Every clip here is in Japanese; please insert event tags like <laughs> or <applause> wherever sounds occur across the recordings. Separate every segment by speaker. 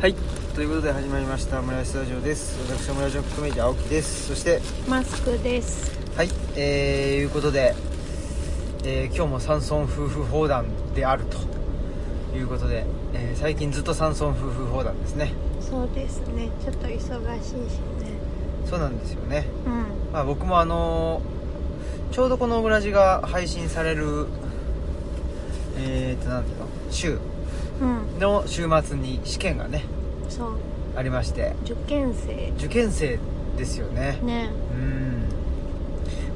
Speaker 1: はいということで始まりました村井スタジオです私は村井ジョックメイジ青木ですそして
Speaker 2: マスクです。
Speaker 1: はいえー、いうことで、えー今日も山村夫婦砲弾であるということで、えー最近ずっと山村夫婦砲弾ですね
Speaker 2: そうですね。ちょっと忙しいしね。
Speaker 1: そうなんですよね
Speaker 2: うん。
Speaker 1: まあ僕もあのーちょうどこのオムラジが配信されるえーとなんていうの週
Speaker 2: うん。
Speaker 1: の週末に試験がね
Speaker 2: そう。
Speaker 1: ありまして
Speaker 2: 受験生。
Speaker 1: 受験生ですよね
Speaker 2: ね。
Speaker 1: うん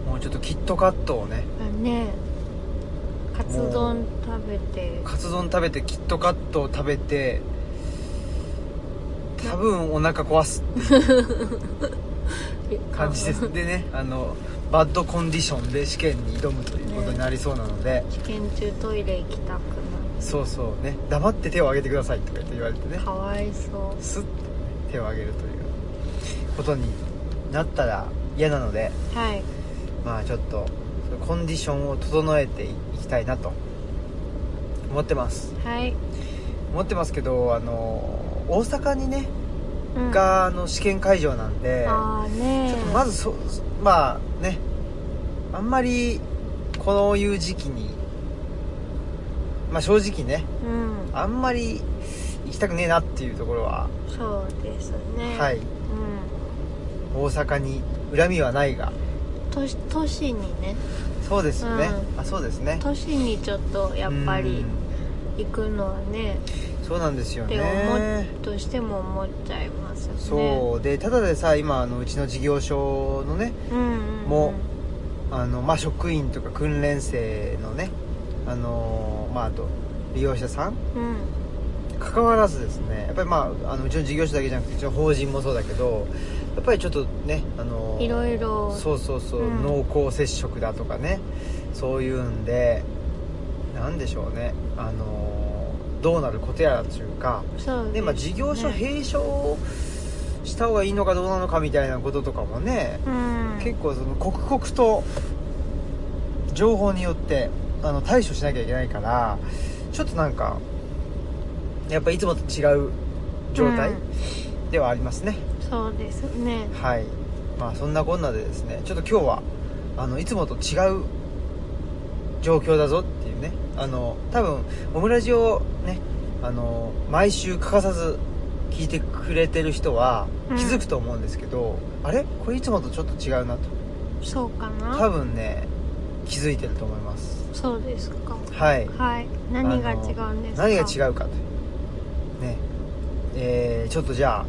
Speaker 1: もうちょっとキットカットをね
Speaker 2: あね。カツ丼食べて。
Speaker 1: カツ丼食べてキットカットを食べて多分お腹壊す感じですでね <laughs> あのバッドコンディションで試験に挑むということになりそうなので、
Speaker 2: 試験中トイレ行きたく
Speaker 1: そうそうね黙って手を挙げてくださいとか言って言われて
Speaker 2: な
Speaker 1: ね
Speaker 2: い。かわいそ
Speaker 1: スッとね手を挙げるということになったら嫌なので
Speaker 2: う。はい。
Speaker 1: まあちょっとコンディションを整えていきたいなと思ってます
Speaker 2: はい。
Speaker 1: 思ってますけどあの大阪にね
Speaker 2: うん。
Speaker 1: があの試験会場なんで、
Speaker 2: ああね
Speaker 1: ちょっとまずそそまあねあんまりこういう時期にまあ正直ね
Speaker 2: うん
Speaker 1: あんまり行きたくねえなっていうところは、
Speaker 2: そうですね
Speaker 1: はい
Speaker 2: うん
Speaker 1: 大阪に恨みはないが
Speaker 2: 都市都市にね
Speaker 1: そうですよね、
Speaker 2: う
Speaker 1: あそうですね
Speaker 2: 都市にちょっとやっぱり行くのはね
Speaker 1: うんそうなんですよ
Speaker 2: って思
Speaker 1: ね
Speaker 2: っどうしても思っちゃいますよね
Speaker 1: そうでただでさ今あのうちの事業所のね
Speaker 2: う、うんうん、
Speaker 1: もあのまあ、職員とか訓練生のね、あのーまあ、あと利用者さん
Speaker 2: うん
Speaker 1: 関わらずですねやっぱり、まあ、あのうちの事業所だけじゃなくてうちの法人もそうだけどやっぱりちょっとね、あのー
Speaker 2: いろいろ
Speaker 1: そうそうそう、
Speaker 2: うん
Speaker 1: 濃厚接触だとかねそういうんでなんでしょうね、あのーどうなることやらというか
Speaker 2: そうです
Speaker 1: で、まあ、事業所
Speaker 2: ね
Speaker 1: 閉所した方がいいのかどうなのかみたいなこととかもね
Speaker 2: うん
Speaker 1: 結構その刻々と情報によってあの対処しなきゃいけないからちょっとなんかやっぱいつもと違う状態
Speaker 2: うん
Speaker 1: ではありますね、
Speaker 2: そうですね
Speaker 1: はいまあそんなこんなでですねちょっと今日はあのいつもと違う状況だぞっていうねあの多分オムラジをねあの毎週欠かさず聞いてくれてる人は
Speaker 2: うん
Speaker 1: 気づくと思うんですけど、あれこれいつもとちょっと違うなと
Speaker 2: そうかな
Speaker 1: 多分ね気づいてると思います
Speaker 2: そうですか
Speaker 1: はい
Speaker 2: はい何が違うんですか
Speaker 1: 何が
Speaker 2: う
Speaker 1: 違うかとねえー、ちょっとじゃあ、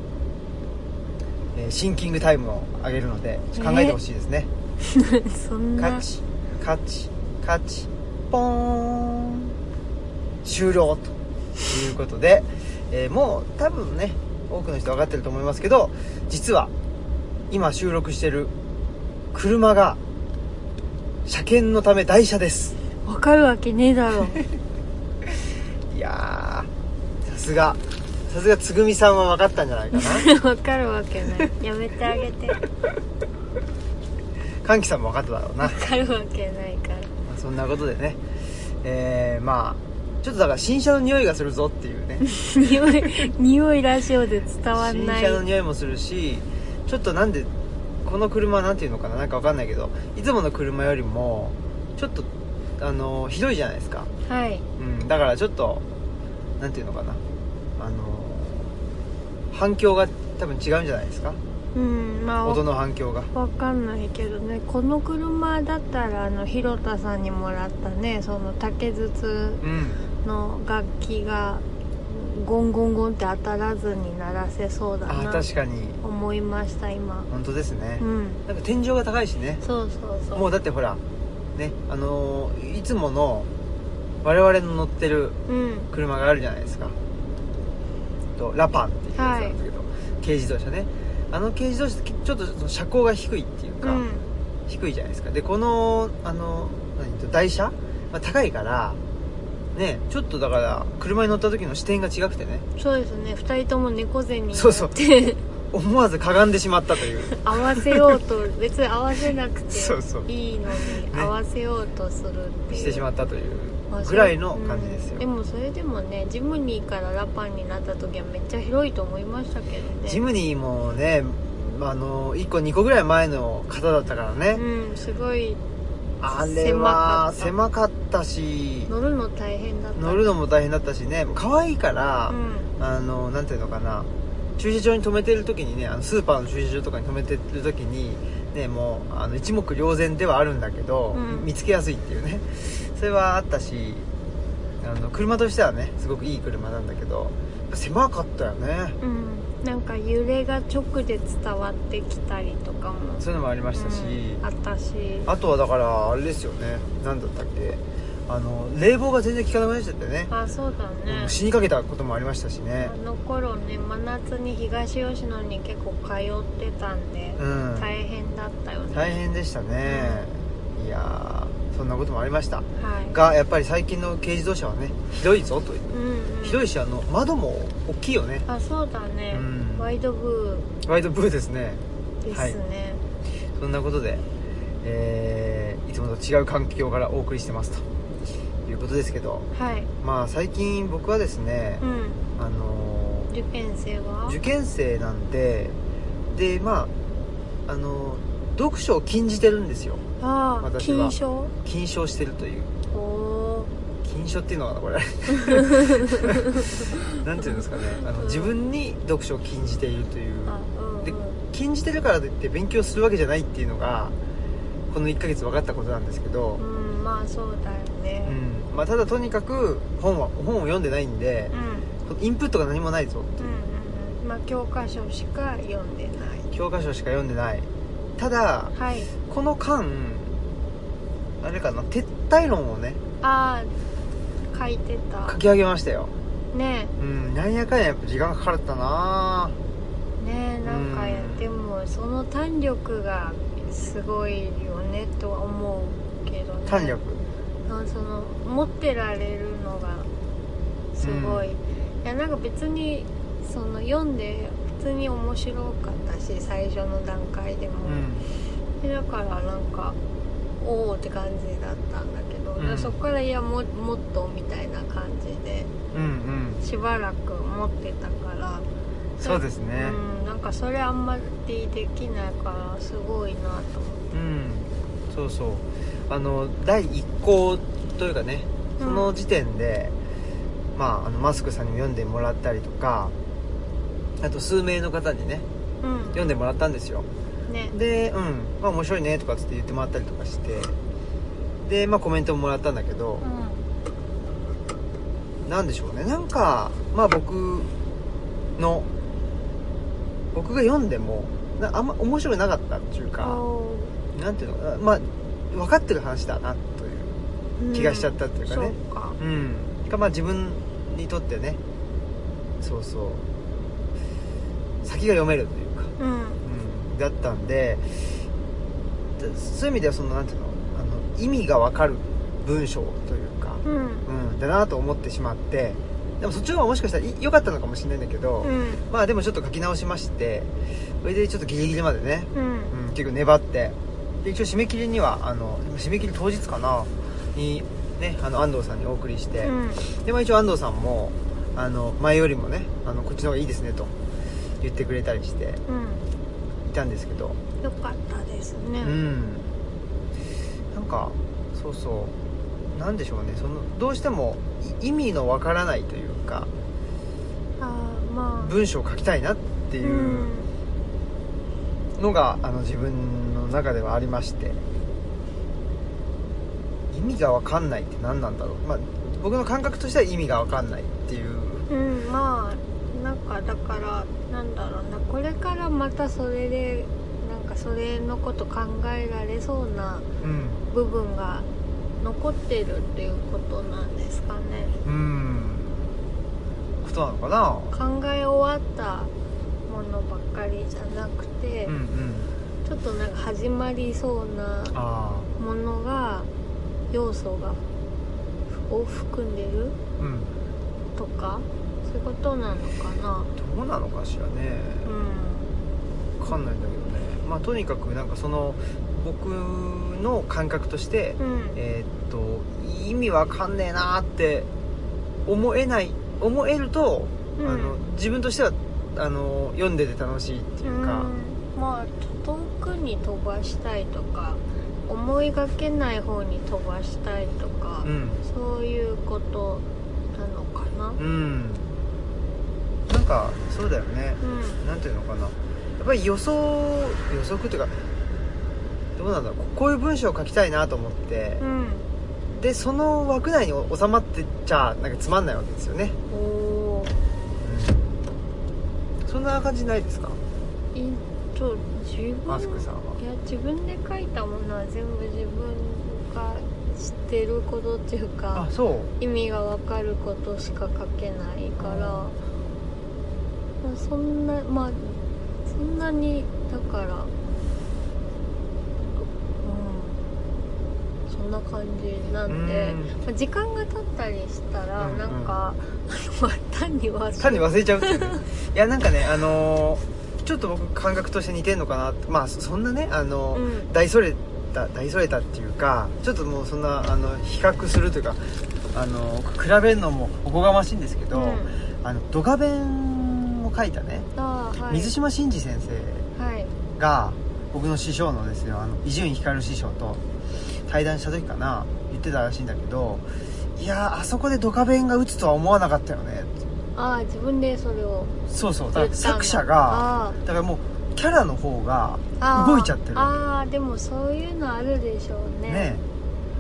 Speaker 1: えーシンキングタイムを上げるので考えてほしいですね、
Speaker 2: <laughs> そんな
Speaker 1: カチカチカチポーン終了ということで、えーもう多分ね多くの人分かってると思いますけど実は今収録してる車が車検のため台車です
Speaker 2: わかるわけねえだろ <laughs>
Speaker 1: いやーさすがさすがつぐみさんは分かったんじゃないかな
Speaker 2: わかるわけないやめてあげてわ
Speaker 1: 歓喜さんも分かっただろうな、ま
Speaker 2: かるわけないから <laughs>
Speaker 1: あそんなことでねえー、まあちょっとだから新車の匂いがするぞっていうね
Speaker 2: 匂い <laughs> 匂いラジオで伝わん
Speaker 1: 新
Speaker 2: ない
Speaker 1: 車の匂いもするしちょっとなんでこの車はなんていうのかななんかわかんないけどいつもの車よりもちょっとあのひどいじゃないですか、
Speaker 2: はい
Speaker 1: うん、だからちょっとなんていうのかなあの反響が多分違うんじゃないですか
Speaker 2: うんまあ
Speaker 1: 音の反響が
Speaker 2: わかんないけどねこの車だったらあの広田さんにもらったねその竹筒
Speaker 1: うん
Speaker 2: の楽器がゴンゴンゴンって当たらずに鳴らせそうだ
Speaker 1: あ
Speaker 2: な
Speaker 1: 確かに
Speaker 2: 思いました今
Speaker 1: 本当ですね
Speaker 2: う、ん
Speaker 1: なんか天井が高いしね
Speaker 2: そうそうそう
Speaker 1: もうだってほらねあのいつもの我々の乗ってる
Speaker 2: うん
Speaker 1: 車があるじゃないですかとラパンっていうやつなんですけど、軽自動車ねあの軽自動車ってちょっとその車高が低いっていう
Speaker 2: う
Speaker 1: か、
Speaker 2: ん
Speaker 1: 低いじゃないですかでこのあの何台車、まあ、高いからねちょっとだから車に乗った時の視点が違くてね
Speaker 2: そうですね二人とも猫背になって
Speaker 1: そうそう
Speaker 2: で
Speaker 1: 思わずかがんでしまったという
Speaker 2: <laughs> 合わせようと別に合わせなくて
Speaker 1: そうそう
Speaker 2: いいのに合わせようとするっていう
Speaker 1: してしまったという
Speaker 2: まあ
Speaker 1: ぐらいの感じです
Speaker 2: うん
Speaker 1: よ、
Speaker 2: でもそれでもねジムニーからラパンになった時はめっちゃ広いと思いましたけどね
Speaker 1: ジムニーもね、まあ、あの1個2個ぐらい前の方だったからね、
Speaker 2: うんすごい
Speaker 1: あれは狭
Speaker 2: 狭
Speaker 1: かったし
Speaker 2: 乗るの大変だった
Speaker 1: 乗るのも大変だったしね可愛いから
Speaker 2: う、ん
Speaker 1: あのなんていうのかな駐車場に止めてる時にねあのスーパーの駐車場とかに止めてる時にねもうあの一目瞭然ではあるんだけど、
Speaker 2: うん
Speaker 1: 見つけやすいっていうね <laughs> それはあったしあの車としてはねすごくいい車なんだけど狭かったよね
Speaker 2: うんなんか揺れが直で伝わってきたりとかも
Speaker 1: そういうのもありましたし、
Speaker 2: うんあったし
Speaker 1: あとはだからあれですよね何だったっけあの冷房が全然効かなくなっちゃってね
Speaker 2: あそうだね
Speaker 1: うん死にかけたこともありましたしね
Speaker 2: あの頃ね真夏に東吉野に結構通ってたんで、
Speaker 1: うん
Speaker 2: 大変だったよね
Speaker 1: 大変でしたね、いやーそんなこともありました
Speaker 2: はい
Speaker 1: がやっぱり最近の軽自動車はねひどいぞという
Speaker 2: うんうん、
Speaker 1: ひどいしあの窓も大きいよね
Speaker 2: あそうだね、
Speaker 1: うん
Speaker 2: ワイドブ
Speaker 1: ワイドブーですね
Speaker 2: ーですね、
Speaker 1: そんなことで、えーいつもと違う環境からお送りしてますということですけど
Speaker 2: はい、
Speaker 1: まあ最近僕はですね
Speaker 2: う、ん
Speaker 1: あのー
Speaker 2: 受験生は
Speaker 1: 受験生なんででまああの読書を禁じてるんですよ
Speaker 2: ああ
Speaker 1: 私は
Speaker 2: 金賞
Speaker 1: 禁書してるという
Speaker 2: おお
Speaker 1: 禁書っていうのかなこれなんていうんですかねあ
Speaker 2: う
Speaker 1: の
Speaker 2: ん
Speaker 1: 自分に読書を禁じているという
Speaker 2: ーあうん、うん、
Speaker 1: で禁じてるからといって勉強するわけじゃないっていうのがこの1ヶ月分かったことなんですけど
Speaker 2: う、んまあそうだよね
Speaker 1: うんまあ、ただとにかく本は本を読んでないんで
Speaker 2: うん、うん
Speaker 1: インプットが何もないぞ
Speaker 2: うんうんまあ教科書しか読んでない
Speaker 1: 教科書しか読んでないただ
Speaker 2: はい
Speaker 1: この間あれかな撤退論をね
Speaker 2: ああ書いてた
Speaker 1: 書き上げましたよ
Speaker 2: ね
Speaker 1: うんなんやかんややっぱ時間かかったな
Speaker 2: えねえなんか
Speaker 1: うん
Speaker 2: でもその弾力がすごいよねとは思うけどね
Speaker 1: 弾力
Speaker 2: あその持ってられるのがすごい、いやなんか別にその読んで普通に面白かったし最初の段階でも
Speaker 1: う、ん
Speaker 2: でだからなんかおおって感じだったんだけど、
Speaker 1: うん
Speaker 2: だからそこからいやももっとみたいな感じで
Speaker 1: うんうん
Speaker 2: しばらく持ってたから、
Speaker 1: そうですね
Speaker 2: うん、なんかそれあんまりできないからすごいなと思って。
Speaker 1: うん、そうそうあの第一項というかねその時点で、まああのマスクさんにも読んでもらったりとかあと数名の方にね
Speaker 2: うん、
Speaker 1: 読んでもらったんですよ
Speaker 2: ね
Speaker 1: でうんまあ面白いねとかつって言ってもらったりとかしてでまあコメントももらったんだけど、
Speaker 2: う
Speaker 1: なんでしょうねなんかまあ僕の僕が読んでもなあんま面白くなかったっていうんか
Speaker 2: お
Speaker 1: なんていうのかなまあ分かってる話だなという
Speaker 2: ーうん
Speaker 1: 気がしちゃったっていうかね
Speaker 2: そうか
Speaker 1: うんがまあ自分にとってねそうそう先が読めるというか、
Speaker 2: うん
Speaker 1: うん、だったんででそういう意味ではそのなんていうのあの意味が分かる文章というか
Speaker 2: うん
Speaker 1: うん、だなと思ってしまってでもそっちの方がもしかしたらい良かったのかもしれないんだけど、
Speaker 2: うん
Speaker 1: まあでもちょっと書き直しましてそれでちょっとギリギリまでね、
Speaker 2: うん
Speaker 1: うん、結構粘ってで一応締め切りにはあの締め切り当日かなにねあの安藤さんにお送りして、
Speaker 2: うん
Speaker 1: でまあ一応安藤さんもあの前よりもねあのこっちの方がいいですねと言ってくれたりして
Speaker 2: う
Speaker 1: いたんですけど
Speaker 2: ん、よかったですね。
Speaker 1: うんなんかそうそうなんでしょうねそのどうしてもい意味のわからないというか
Speaker 2: ああ、まあ。
Speaker 1: 文章を書きたいなって
Speaker 2: う
Speaker 1: いうのが、あの自分の中ではありまして意味がわかんないって何なんだろう、まあ、僕の感覚としては意味がわかんないっていう、
Speaker 2: ん、うん、まあ、なんか、だから、なんだろうな、これからまたそれで。なんか、それのこと考えられそうな
Speaker 1: うん、
Speaker 2: 部分が。残ってるっていうことなんですかね。
Speaker 1: うんことなのかな
Speaker 2: 考え終わった。ものばっかりじゃなくて、
Speaker 1: うんうん
Speaker 2: ちょっとなんか始まりそうな
Speaker 1: あ
Speaker 2: ものが要素がを含んでる
Speaker 1: あうん
Speaker 2: とかそういうことなのかな
Speaker 1: どうなのかしらね
Speaker 2: うん
Speaker 1: わかんないんだけどねまあとにかくなんかその僕の感覚として、
Speaker 2: うん
Speaker 1: えーっと意味わかんねえなーって思えない思えると、
Speaker 2: うん
Speaker 1: あの自分としてはあの読んでて楽しいっていうか、
Speaker 2: うんまあ遠くに飛ばしたいとか思いがけない方に飛ばしたいとか、
Speaker 1: うん
Speaker 2: そういうことなのかな
Speaker 1: うんなんかそうだよね
Speaker 2: う
Speaker 1: なんていうのかなやっぱり予想予測というかどうなんだろうここういう文章を書きたいなと思って、
Speaker 2: ん、
Speaker 1: でその枠内に収まってちゃなんかつまんないわけですよね、
Speaker 2: うん、おー
Speaker 1: そんな感じないですか
Speaker 2: いと自分
Speaker 1: マスクさんはい
Speaker 2: や自分で書いたものは全部自分が知ってることっていう
Speaker 1: あ
Speaker 2: か
Speaker 1: そう
Speaker 2: 意味がわかることしか書けないから、まあ、そんなまあそんなにだからうんそんな感じなんで
Speaker 1: う、ん
Speaker 2: まあ時間が経ったりしたら
Speaker 1: うんうん
Speaker 2: なんか、 <laughs> あの単には
Speaker 1: 単に忘れちゃう <laughs> っていうねいやなんかねあのーちょっと僕感覚として似てんのかなってまあそそんなねあのー、
Speaker 2: うん
Speaker 1: 大それた大それたっていうかちょっともうそんなあの比較するというかあのー比べるのもおこがましいんですけど、
Speaker 2: うん
Speaker 1: あのドカベンを書いたね、
Speaker 2: あーはい
Speaker 1: 水島新司先生
Speaker 2: はい
Speaker 1: が僕の師匠のですよあの伊集院光師匠と対談した時かな言ってたらしいんだけどいやーあそこでドカベンが打つとは思わなかったよね
Speaker 2: ああ自分でそれを
Speaker 1: そうそうだ
Speaker 2: 言
Speaker 1: か
Speaker 2: ったん
Speaker 1: ら
Speaker 2: だ
Speaker 1: 作者が
Speaker 2: あ
Speaker 1: だからもうキャラの方が
Speaker 2: あ
Speaker 1: 動いちゃってる
Speaker 2: ああでもそういうのあるでしょうね
Speaker 1: ね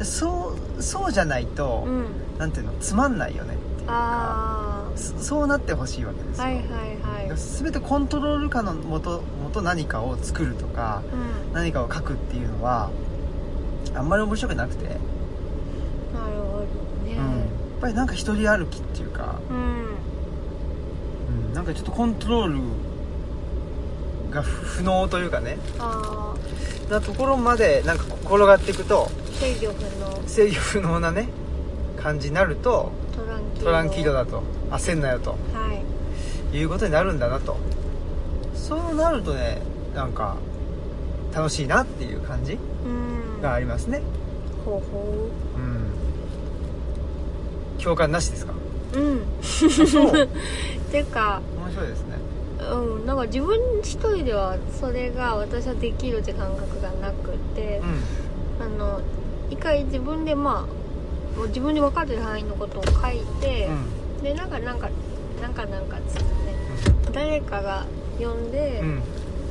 Speaker 1: そうそうじゃないと、
Speaker 2: うん
Speaker 1: なんていうのつまんないよねっていうか
Speaker 2: あ
Speaker 1: そそうなってほしいわけです
Speaker 2: あ
Speaker 1: よ、
Speaker 2: はいはいはい
Speaker 1: 全てコントロール下のもともと何かを作るとか
Speaker 2: うん
Speaker 1: 何かを書くっていうのはあんまり面白くなくて、
Speaker 2: なるほどね
Speaker 1: うんやっぱりなんか一人歩きっていうか、
Speaker 2: うん
Speaker 1: うん、なんかちょっとコントロールが不不能というかね
Speaker 2: ああ
Speaker 1: なところまでなんか心がっていくと
Speaker 2: 制御不能
Speaker 1: 制御不能なね感じになると
Speaker 2: トランキーロ
Speaker 1: トランキーロだと焦んなよと
Speaker 2: はい
Speaker 1: いうことになるんだなとそうなるとねなんか楽しいなっていう感じ
Speaker 2: うん
Speaker 1: がありますね
Speaker 2: ほほ
Speaker 1: うん共感なしですか
Speaker 2: ううん
Speaker 1: そう
Speaker 2: ていうか
Speaker 1: 面白いですね
Speaker 2: うんなんか自分一人ではそれが私はできるって感覚がなくて、
Speaker 1: うん
Speaker 2: あの一回自分でまあもう自分で分かってる範囲のことを書いて、でなんかなんかなんかなんかっつってね誰かが読んで、
Speaker 1: うんうん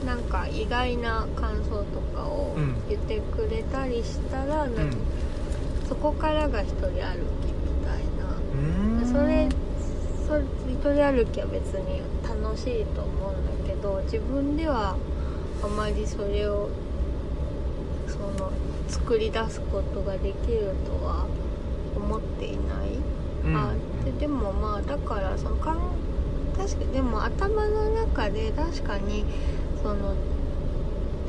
Speaker 2: なんか意外な感想とかを
Speaker 1: うん
Speaker 2: 言ってくれたりしたら、
Speaker 1: う
Speaker 2: なん
Speaker 1: ん
Speaker 2: かそこからが一人歩きみたいな、
Speaker 1: うん
Speaker 2: それそれ一人歩きは別に楽しいと思うんだけど自分ではあまりそれをその作り出すことができるとは思っていない、
Speaker 1: うん
Speaker 2: あででもまあだからそのかん確かでも頭の中で確かにその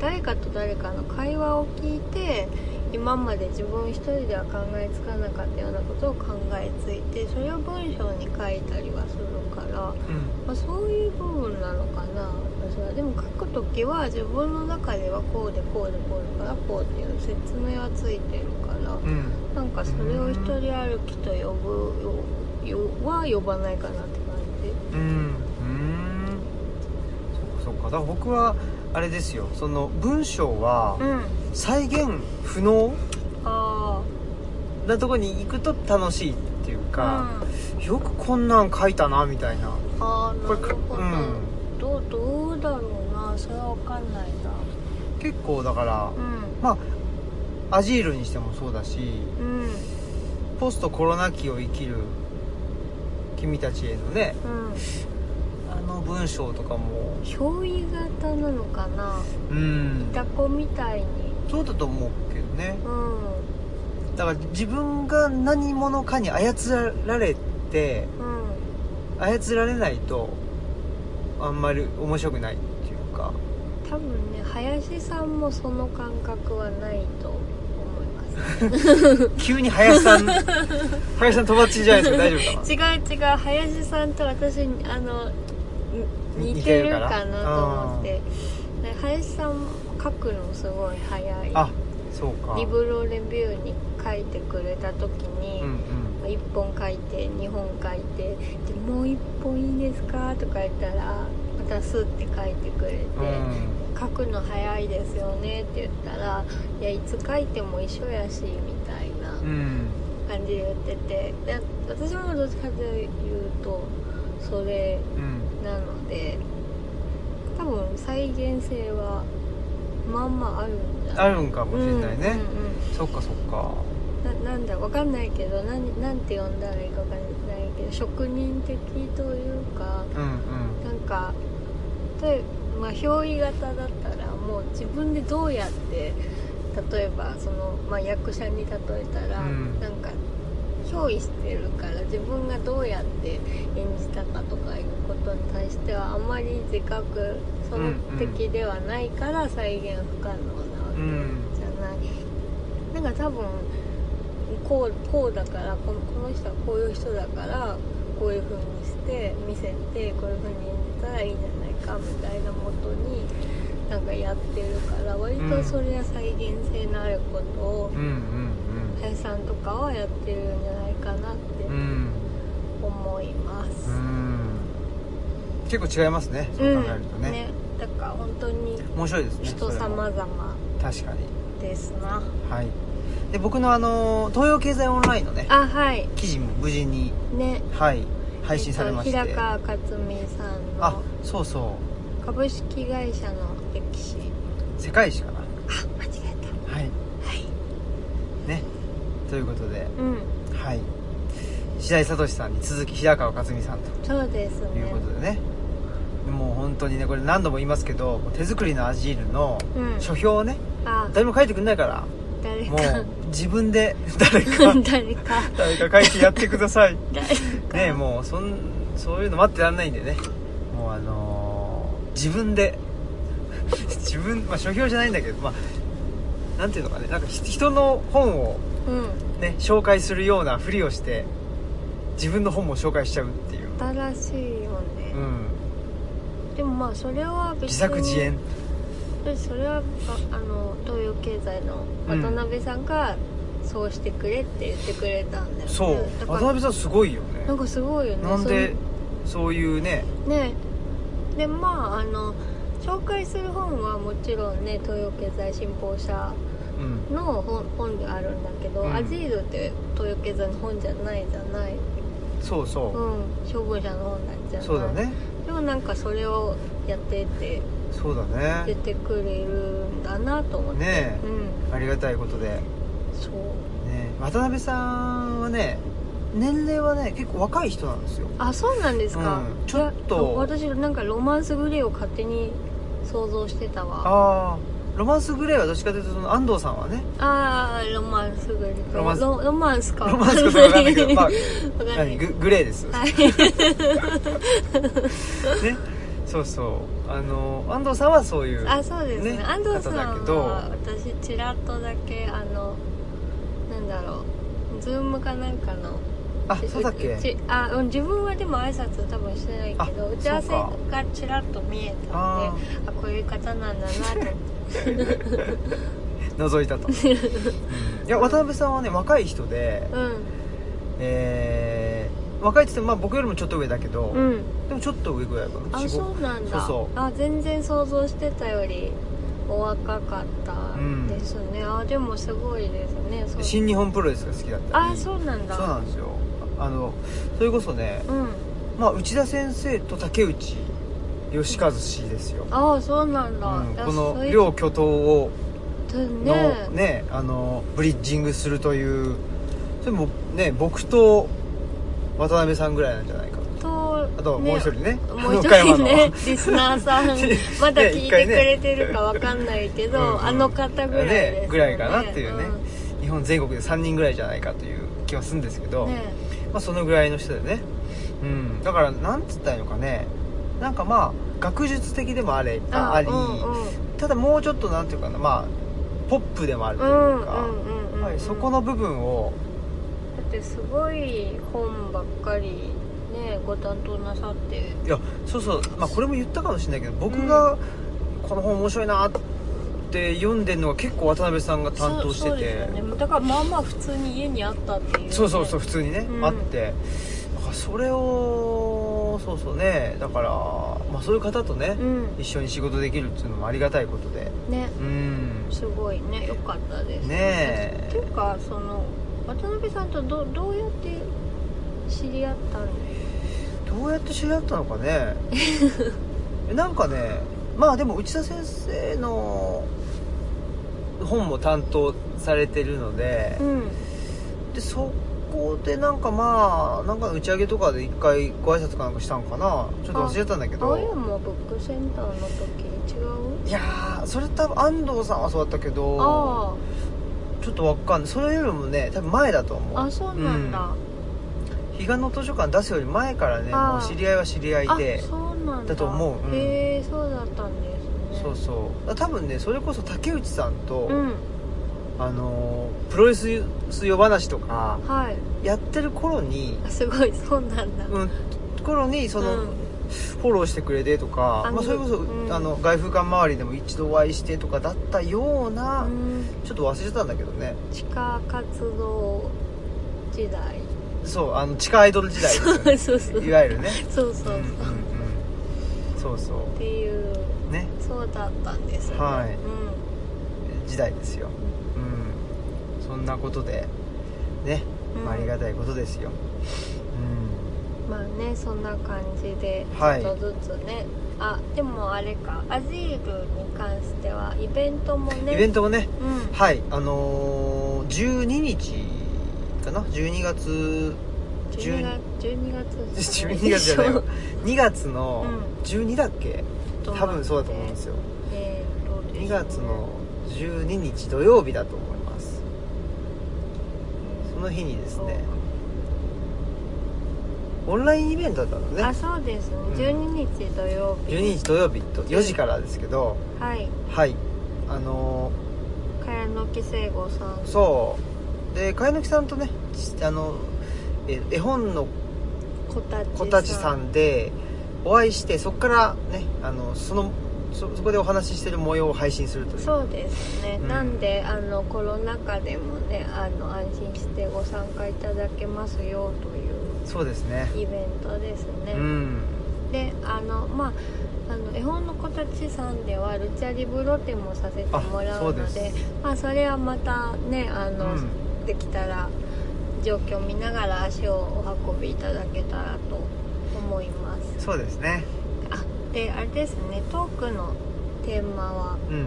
Speaker 2: 誰かと誰かの会話を聞いて今まで自分一人では考えつかなかったようなことを考えついてそれを文章に書いたりはするから、
Speaker 1: うん
Speaker 2: まあ、そういう部分なのかな私はでも書く時は自分の中ではこうでこうでこうだからこうっていう説明はついてるから。
Speaker 1: うん
Speaker 2: なんかそれを一人歩きと呼ぶよよは呼ばないかなって感
Speaker 1: うんうんそっかそっかだから僕はあれですよその文章は
Speaker 2: じ。うん。
Speaker 1: 再現不能
Speaker 2: あ
Speaker 1: なとこに行くと楽しいっていう
Speaker 2: あ。
Speaker 1: か、
Speaker 2: うん
Speaker 1: よくこんなん書いたなみたいな
Speaker 2: ああ、な
Speaker 1: こ
Speaker 2: る
Speaker 1: れか
Speaker 2: ほど。どうどうだろうな。それはわかんないな。
Speaker 1: 結構だから
Speaker 2: う
Speaker 1: まあアジールにしてもそうだし
Speaker 2: ん。うん。
Speaker 1: ポストコロナ期を生きる君たちへのね
Speaker 2: うん。
Speaker 1: あの文章とかも
Speaker 2: 憑依型なのかな。
Speaker 1: うん
Speaker 2: 雑魚みたいに。
Speaker 1: そうだと思うけどね
Speaker 2: うん。
Speaker 1: だから自分が何者かに操られて
Speaker 2: うん。
Speaker 1: 操られないとあんまり面白くないっていうか
Speaker 2: 多分ね、林さんもその感覚はないと思います。
Speaker 1: 急に林さん <laughs> 林さん友達じゃないですか大丈夫か
Speaker 2: 違う違う林さんと私あのに
Speaker 1: に
Speaker 2: 似てるかなと思ってで林さん書くのすごい早い <laughs>
Speaker 1: あそうか
Speaker 2: リブロレビューに書いてくれた時に、
Speaker 1: うん
Speaker 2: 1本書いて2本書いてでもう1本いいですかとか言ったらまたスッて書いてくれて、
Speaker 1: うんうん
Speaker 2: 書くの早いですよねって言ったらいやいつ書いても一緒やしみたいな
Speaker 1: うん
Speaker 2: 感じで言っててで私もどっちかというとそれ
Speaker 1: うん
Speaker 2: なので多分再現性はまんまあるんだ
Speaker 1: あるんかもしれないね、
Speaker 2: うんうんうん
Speaker 1: そっかそっか
Speaker 2: ななんだわかんないけどなんなんて呼んだらいいかわかんないけど職人的というか
Speaker 1: うんうん
Speaker 2: なんか例えば、まあ、憑依型だったらもう自分でどうやって例えばその、まあ、役者に例えたら、
Speaker 1: うん
Speaker 2: なんか憑依してるから自分がどうやって演じたかとかいうことに対してはあまり自覚その的ではないから再現不可能なわけ
Speaker 1: うん
Speaker 2: じゃないなんか多分こうこうだからこのこの人はこういう人だからこういう風にして見せてこういう風に演じたらいいんじゃないかみたいなもとになんかやってるから割とそれは再現性のあることを
Speaker 1: うんうん
Speaker 2: 林さんとかはやってるんじゃないかなって
Speaker 1: うんうん
Speaker 2: 思います。
Speaker 1: うん結構違いますねそう考えるとね,、
Speaker 2: だから本当に
Speaker 1: 面白いですね
Speaker 2: 人
Speaker 1: それも
Speaker 2: 様々
Speaker 1: 確かに
Speaker 2: ですな。
Speaker 1: はいで僕のあの東洋経済オンラインのね
Speaker 2: あはい
Speaker 1: 記事も無事に
Speaker 2: ね
Speaker 1: はい配信されまして、
Speaker 2: えっと、平川克美さん
Speaker 1: あ
Speaker 2: の
Speaker 1: そうそう
Speaker 2: 株式会社の歴史
Speaker 1: 世界史かな
Speaker 2: あ間違
Speaker 1: はい
Speaker 2: えたはい
Speaker 1: ねということで
Speaker 2: うん
Speaker 1: はい白井聡さんに続き平川克美さんと
Speaker 2: そうですね
Speaker 1: いうことでねもう本当にねこれ何度も言いますけど手作りのアジールの
Speaker 2: うん
Speaker 1: 書評をね
Speaker 2: あ
Speaker 1: 誰も書いてくんないから
Speaker 2: 誰
Speaker 1: も
Speaker 2: か
Speaker 1: う <laughs> 自分で誰か
Speaker 2: <laughs>
Speaker 1: <laughs>
Speaker 2: 誰か
Speaker 1: 誰か書いてやってください
Speaker 2: 誰か
Speaker 1: ねもうそんそういうの待ってらんないんでねもうあのー自分で <laughs> 自分まあ書評じゃないんだけどまあなんていうのかねなんかひ人の本を
Speaker 2: ううん
Speaker 1: ね紹介するようなふりをして自分の本も紹介しちゃうっていう、
Speaker 2: 新しいよね
Speaker 1: う、ん、
Speaker 2: でもまあそれは別に
Speaker 1: 自作自演
Speaker 2: でそれはああの東洋経済の渡辺さんがそうしてくれって言ってくれたんだよね
Speaker 1: そう
Speaker 2: だ
Speaker 1: 渡
Speaker 2: から
Speaker 1: 辺さんすごいよね
Speaker 2: なんかすごいよね
Speaker 1: なんでそういうね
Speaker 2: ねでまああの紹介する本はもちろんね東洋経済新報社
Speaker 1: うん
Speaker 2: の本本であるんだけど、
Speaker 1: うん
Speaker 2: アジールって東洋経済の本じゃないじゃない、
Speaker 1: そう
Speaker 2: う
Speaker 1: そ
Speaker 2: ん、消防者の本なん
Speaker 1: う
Speaker 2: じゃない
Speaker 1: そうだね
Speaker 2: でもなんかそれをやってって
Speaker 1: そうだ
Speaker 2: 出
Speaker 1: ね
Speaker 2: てくれるんだなと思って、
Speaker 1: ね
Speaker 2: うん
Speaker 1: えありがたいことで
Speaker 2: そう
Speaker 1: ね、渡辺さんはね年齢はね結構若い人なんですよ
Speaker 2: あそうなんですか、
Speaker 1: うんちょっと
Speaker 2: いや私なんかロマンスグレーを勝手に想像してたわ
Speaker 1: ああロマンスグレーはどっちかというとその安藤さんはね
Speaker 2: あーロマンスグレー
Speaker 1: ロマンス
Speaker 2: ロロマンスか
Speaker 1: ロマンスグレーわかんない
Speaker 2: <laughs>
Speaker 1: けど、まあ、
Speaker 2: わかんな
Speaker 1: 何
Speaker 2: い
Speaker 1: ググレーです、
Speaker 2: はい
Speaker 1: <laughs> ねそうそうあの安藤さんはそういう
Speaker 2: あそうですね
Speaker 1: ね
Speaker 2: 安藤さん
Speaker 1: 方だけど
Speaker 2: は私ちらっとだけあのなんだろうズームかなんかの
Speaker 1: あそうだっけ
Speaker 2: ちあうん自分はでも挨拶多分してないけど
Speaker 1: あ
Speaker 2: 打ち合わせ
Speaker 1: そうか
Speaker 2: がちらっと見えた
Speaker 1: あ
Speaker 2: んであこういう方なんだ
Speaker 1: <laughs>
Speaker 2: なと思って
Speaker 1: ー覗い
Speaker 2: <laughs>
Speaker 1: たとうんいや渡辺さんはね若い人で
Speaker 2: うん
Speaker 1: えー、若いって言っても、まあ、僕よりもちょっと上だけど、
Speaker 2: うん
Speaker 1: でもちょっと上ぐらいかな
Speaker 2: あ
Speaker 1: 45
Speaker 2: そうなんだ
Speaker 1: そうそう
Speaker 2: あ全然想像してたよりお若かったですね、あでもすごいですねそう
Speaker 1: 新日本プロレスが好きだったり
Speaker 2: あそうなんだ
Speaker 1: そうなんですよあのそれこそね、
Speaker 2: うん
Speaker 1: まあ、内田先生と竹内義和氏ですよ、
Speaker 2: あそうなんだ、
Speaker 1: うん
Speaker 2: いや
Speaker 1: こ
Speaker 2: そ
Speaker 1: の
Speaker 2: ういう
Speaker 1: 両巨頭を
Speaker 2: だ
Speaker 1: の、
Speaker 2: ね
Speaker 1: ねあのブリッジングするというそれもね僕と渡辺さんぐらいなんじゃないか
Speaker 2: と
Speaker 1: あともう一人
Speaker 2: ね
Speaker 1: ね
Speaker 2: もう一
Speaker 1: 岡山
Speaker 2: 人 <laughs>
Speaker 1: の
Speaker 2: ねリスナーさんまだ聞い
Speaker 1: 一
Speaker 2: て
Speaker 1: 回
Speaker 2: く
Speaker 1: ね
Speaker 2: れてるかわかんないけ
Speaker 1: <laughs>
Speaker 2: ど、
Speaker 1: うんうん
Speaker 2: あの方ぐらいです、ね、
Speaker 1: ねぐらいかなっていうね日本全国で3人ぐらいじゃないかという気はするんですけ
Speaker 2: う
Speaker 1: ど、
Speaker 2: んね
Speaker 1: まあ、そのぐらいの人でね、うん、だからなんつったらいいのかねなんかまあ学術的でもあれああり、
Speaker 2: う
Speaker 1: ただもうちょっとなんていうかなまあポップでもあるとい
Speaker 2: んうん
Speaker 1: うか、
Speaker 2: うんうんうんうん、
Speaker 1: やっぱりそこの部分を
Speaker 2: だってすごい本ばっかりねご担当なさって
Speaker 1: いやそうそう、まあ、これも言ったかもしれないけど僕がこの本面白いなって読んでるのが結構渡辺さんが担当して
Speaker 2: そうそう
Speaker 1: て
Speaker 2: ですよねだからまあまあ普通に家にあったっていうね、
Speaker 1: そうそうそう普通にね、
Speaker 2: うん
Speaker 1: あってだからそれをそうそうねだから、まあ、そういう方とね、
Speaker 2: うん
Speaker 1: 一緒に仕事できるっていうのもありがたいことで
Speaker 2: ね
Speaker 1: うん
Speaker 2: すごいね良かったです
Speaker 1: ねえ
Speaker 2: っていうかその渡辺さんとどどうやって知り合ったん
Speaker 1: どうやって知り合ったのかねえなんかねまあでも内田先生の本も担当されてるので、
Speaker 2: うん
Speaker 1: でそこでなんかまあなんかの打ち上げとかで一回ご挨拶かなんかしたんかなちょっと忘れちゃったんだけ
Speaker 2: 青山
Speaker 1: ど
Speaker 2: もブックセンターの時違う
Speaker 1: いやーそれ多分安藤さんはそうだったけど
Speaker 2: あ
Speaker 1: ちょっとわかんないそれよりもね多分前だと思
Speaker 2: あ
Speaker 1: う
Speaker 2: あそうなんだ、
Speaker 1: 彼岸の図書館出すより前からね
Speaker 2: あー
Speaker 1: もう知り合いは知り合い
Speaker 2: あ
Speaker 1: で
Speaker 2: そうなんだ
Speaker 1: だと思ううん
Speaker 2: へえそうだったんですね
Speaker 1: そうそう多分ねそれこそ竹内さんと、
Speaker 2: うん
Speaker 1: あのープロレス夜話とか
Speaker 2: はい
Speaker 1: やってる頃に、
Speaker 2: あすごいそうなんだ、
Speaker 1: うん、頃にその、
Speaker 2: うん
Speaker 1: フォローしてくれてとか
Speaker 2: あ、
Speaker 1: まあ、それこそ、
Speaker 2: うん
Speaker 1: あの外風館周りでも一度お会いしてとかだったような、
Speaker 2: うん
Speaker 1: ちょっと忘れてたんだけどね
Speaker 2: 地下活動時代
Speaker 1: そうあの地下アイドル時代ですよね
Speaker 2: <laughs> そうそうそう
Speaker 1: いわゆるね
Speaker 2: そうそうそう、
Speaker 1: んんうんそうそ
Speaker 2: っていう
Speaker 1: うね
Speaker 2: そうだったんですね
Speaker 1: はい
Speaker 2: うん
Speaker 1: 時代ですようんそんなことでね、
Speaker 2: うん
Speaker 1: まあありがたいことですよ
Speaker 2: まあねそんな感じでち
Speaker 1: はい
Speaker 2: ょっとずつね、あでもあれかアジールに関してはイベントも
Speaker 1: うん、
Speaker 2: ね
Speaker 1: イベントもね
Speaker 2: うん
Speaker 1: はいあのー、12日かな12月
Speaker 2: 12月12月
Speaker 1: 12月じゃ
Speaker 2: <laughs>
Speaker 1: ないわ2月の
Speaker 2: う
Speaker 1: 12だっけ、多分そうだと思うんです
Speaker 2: よ、
Speaker 1: よ
Speaker 2: えーどうでしょうね
Speaker 1: 2月の12日土曜日だと思いますその日にですねオンラインイベントだったの
Speaker 2: あ
Speaker 1: ね
Speaker 2: そうですね
Speaker 1: ん
Speaker 2: 12日土曜日
Speaker 1: 12日土曜日と4時からですけど
Speaker 2: はい
Speaker 1: はいあの
Speaker 2: 茅野木聖吾さん
Speaker 1: ーそうで貝の木さんとねちあのえ絵本の
Speaker 2: こたち
Speaker 1: 子たちさ
Speaker 2: ん
Speaker 1: んでお会いしてそこからねあのそのそそこでお話ししてる模様を配信するという
Speaker 2: そうですね、
Speaker 1: うん
Speaker 2: なんであのコロナ禍でもねあの安心してご参加いただけますよとい
Speaker 1: そうですね
Speaker 2: うイベントですね、
Speaker 1: うん
Speaker 2: であのまああの絵本の子たちさんではルチャリブロ展もさせてもら
Speaker 1: あ
Speaker 2: うの
Speaker 1: そう
Speaker 2: で
Speaker 1: で
Speaker 2: まあ、それはまたねあ
Speaker 1: う
Speaker 2: の、
Speaker 1: ん
Speaker 2: できたら状況見ながら足をお運びいただけたらと思います
Speaker 1: そうですね
Speaker 2: あであれですねトークのテーマは
Speaker 1: うん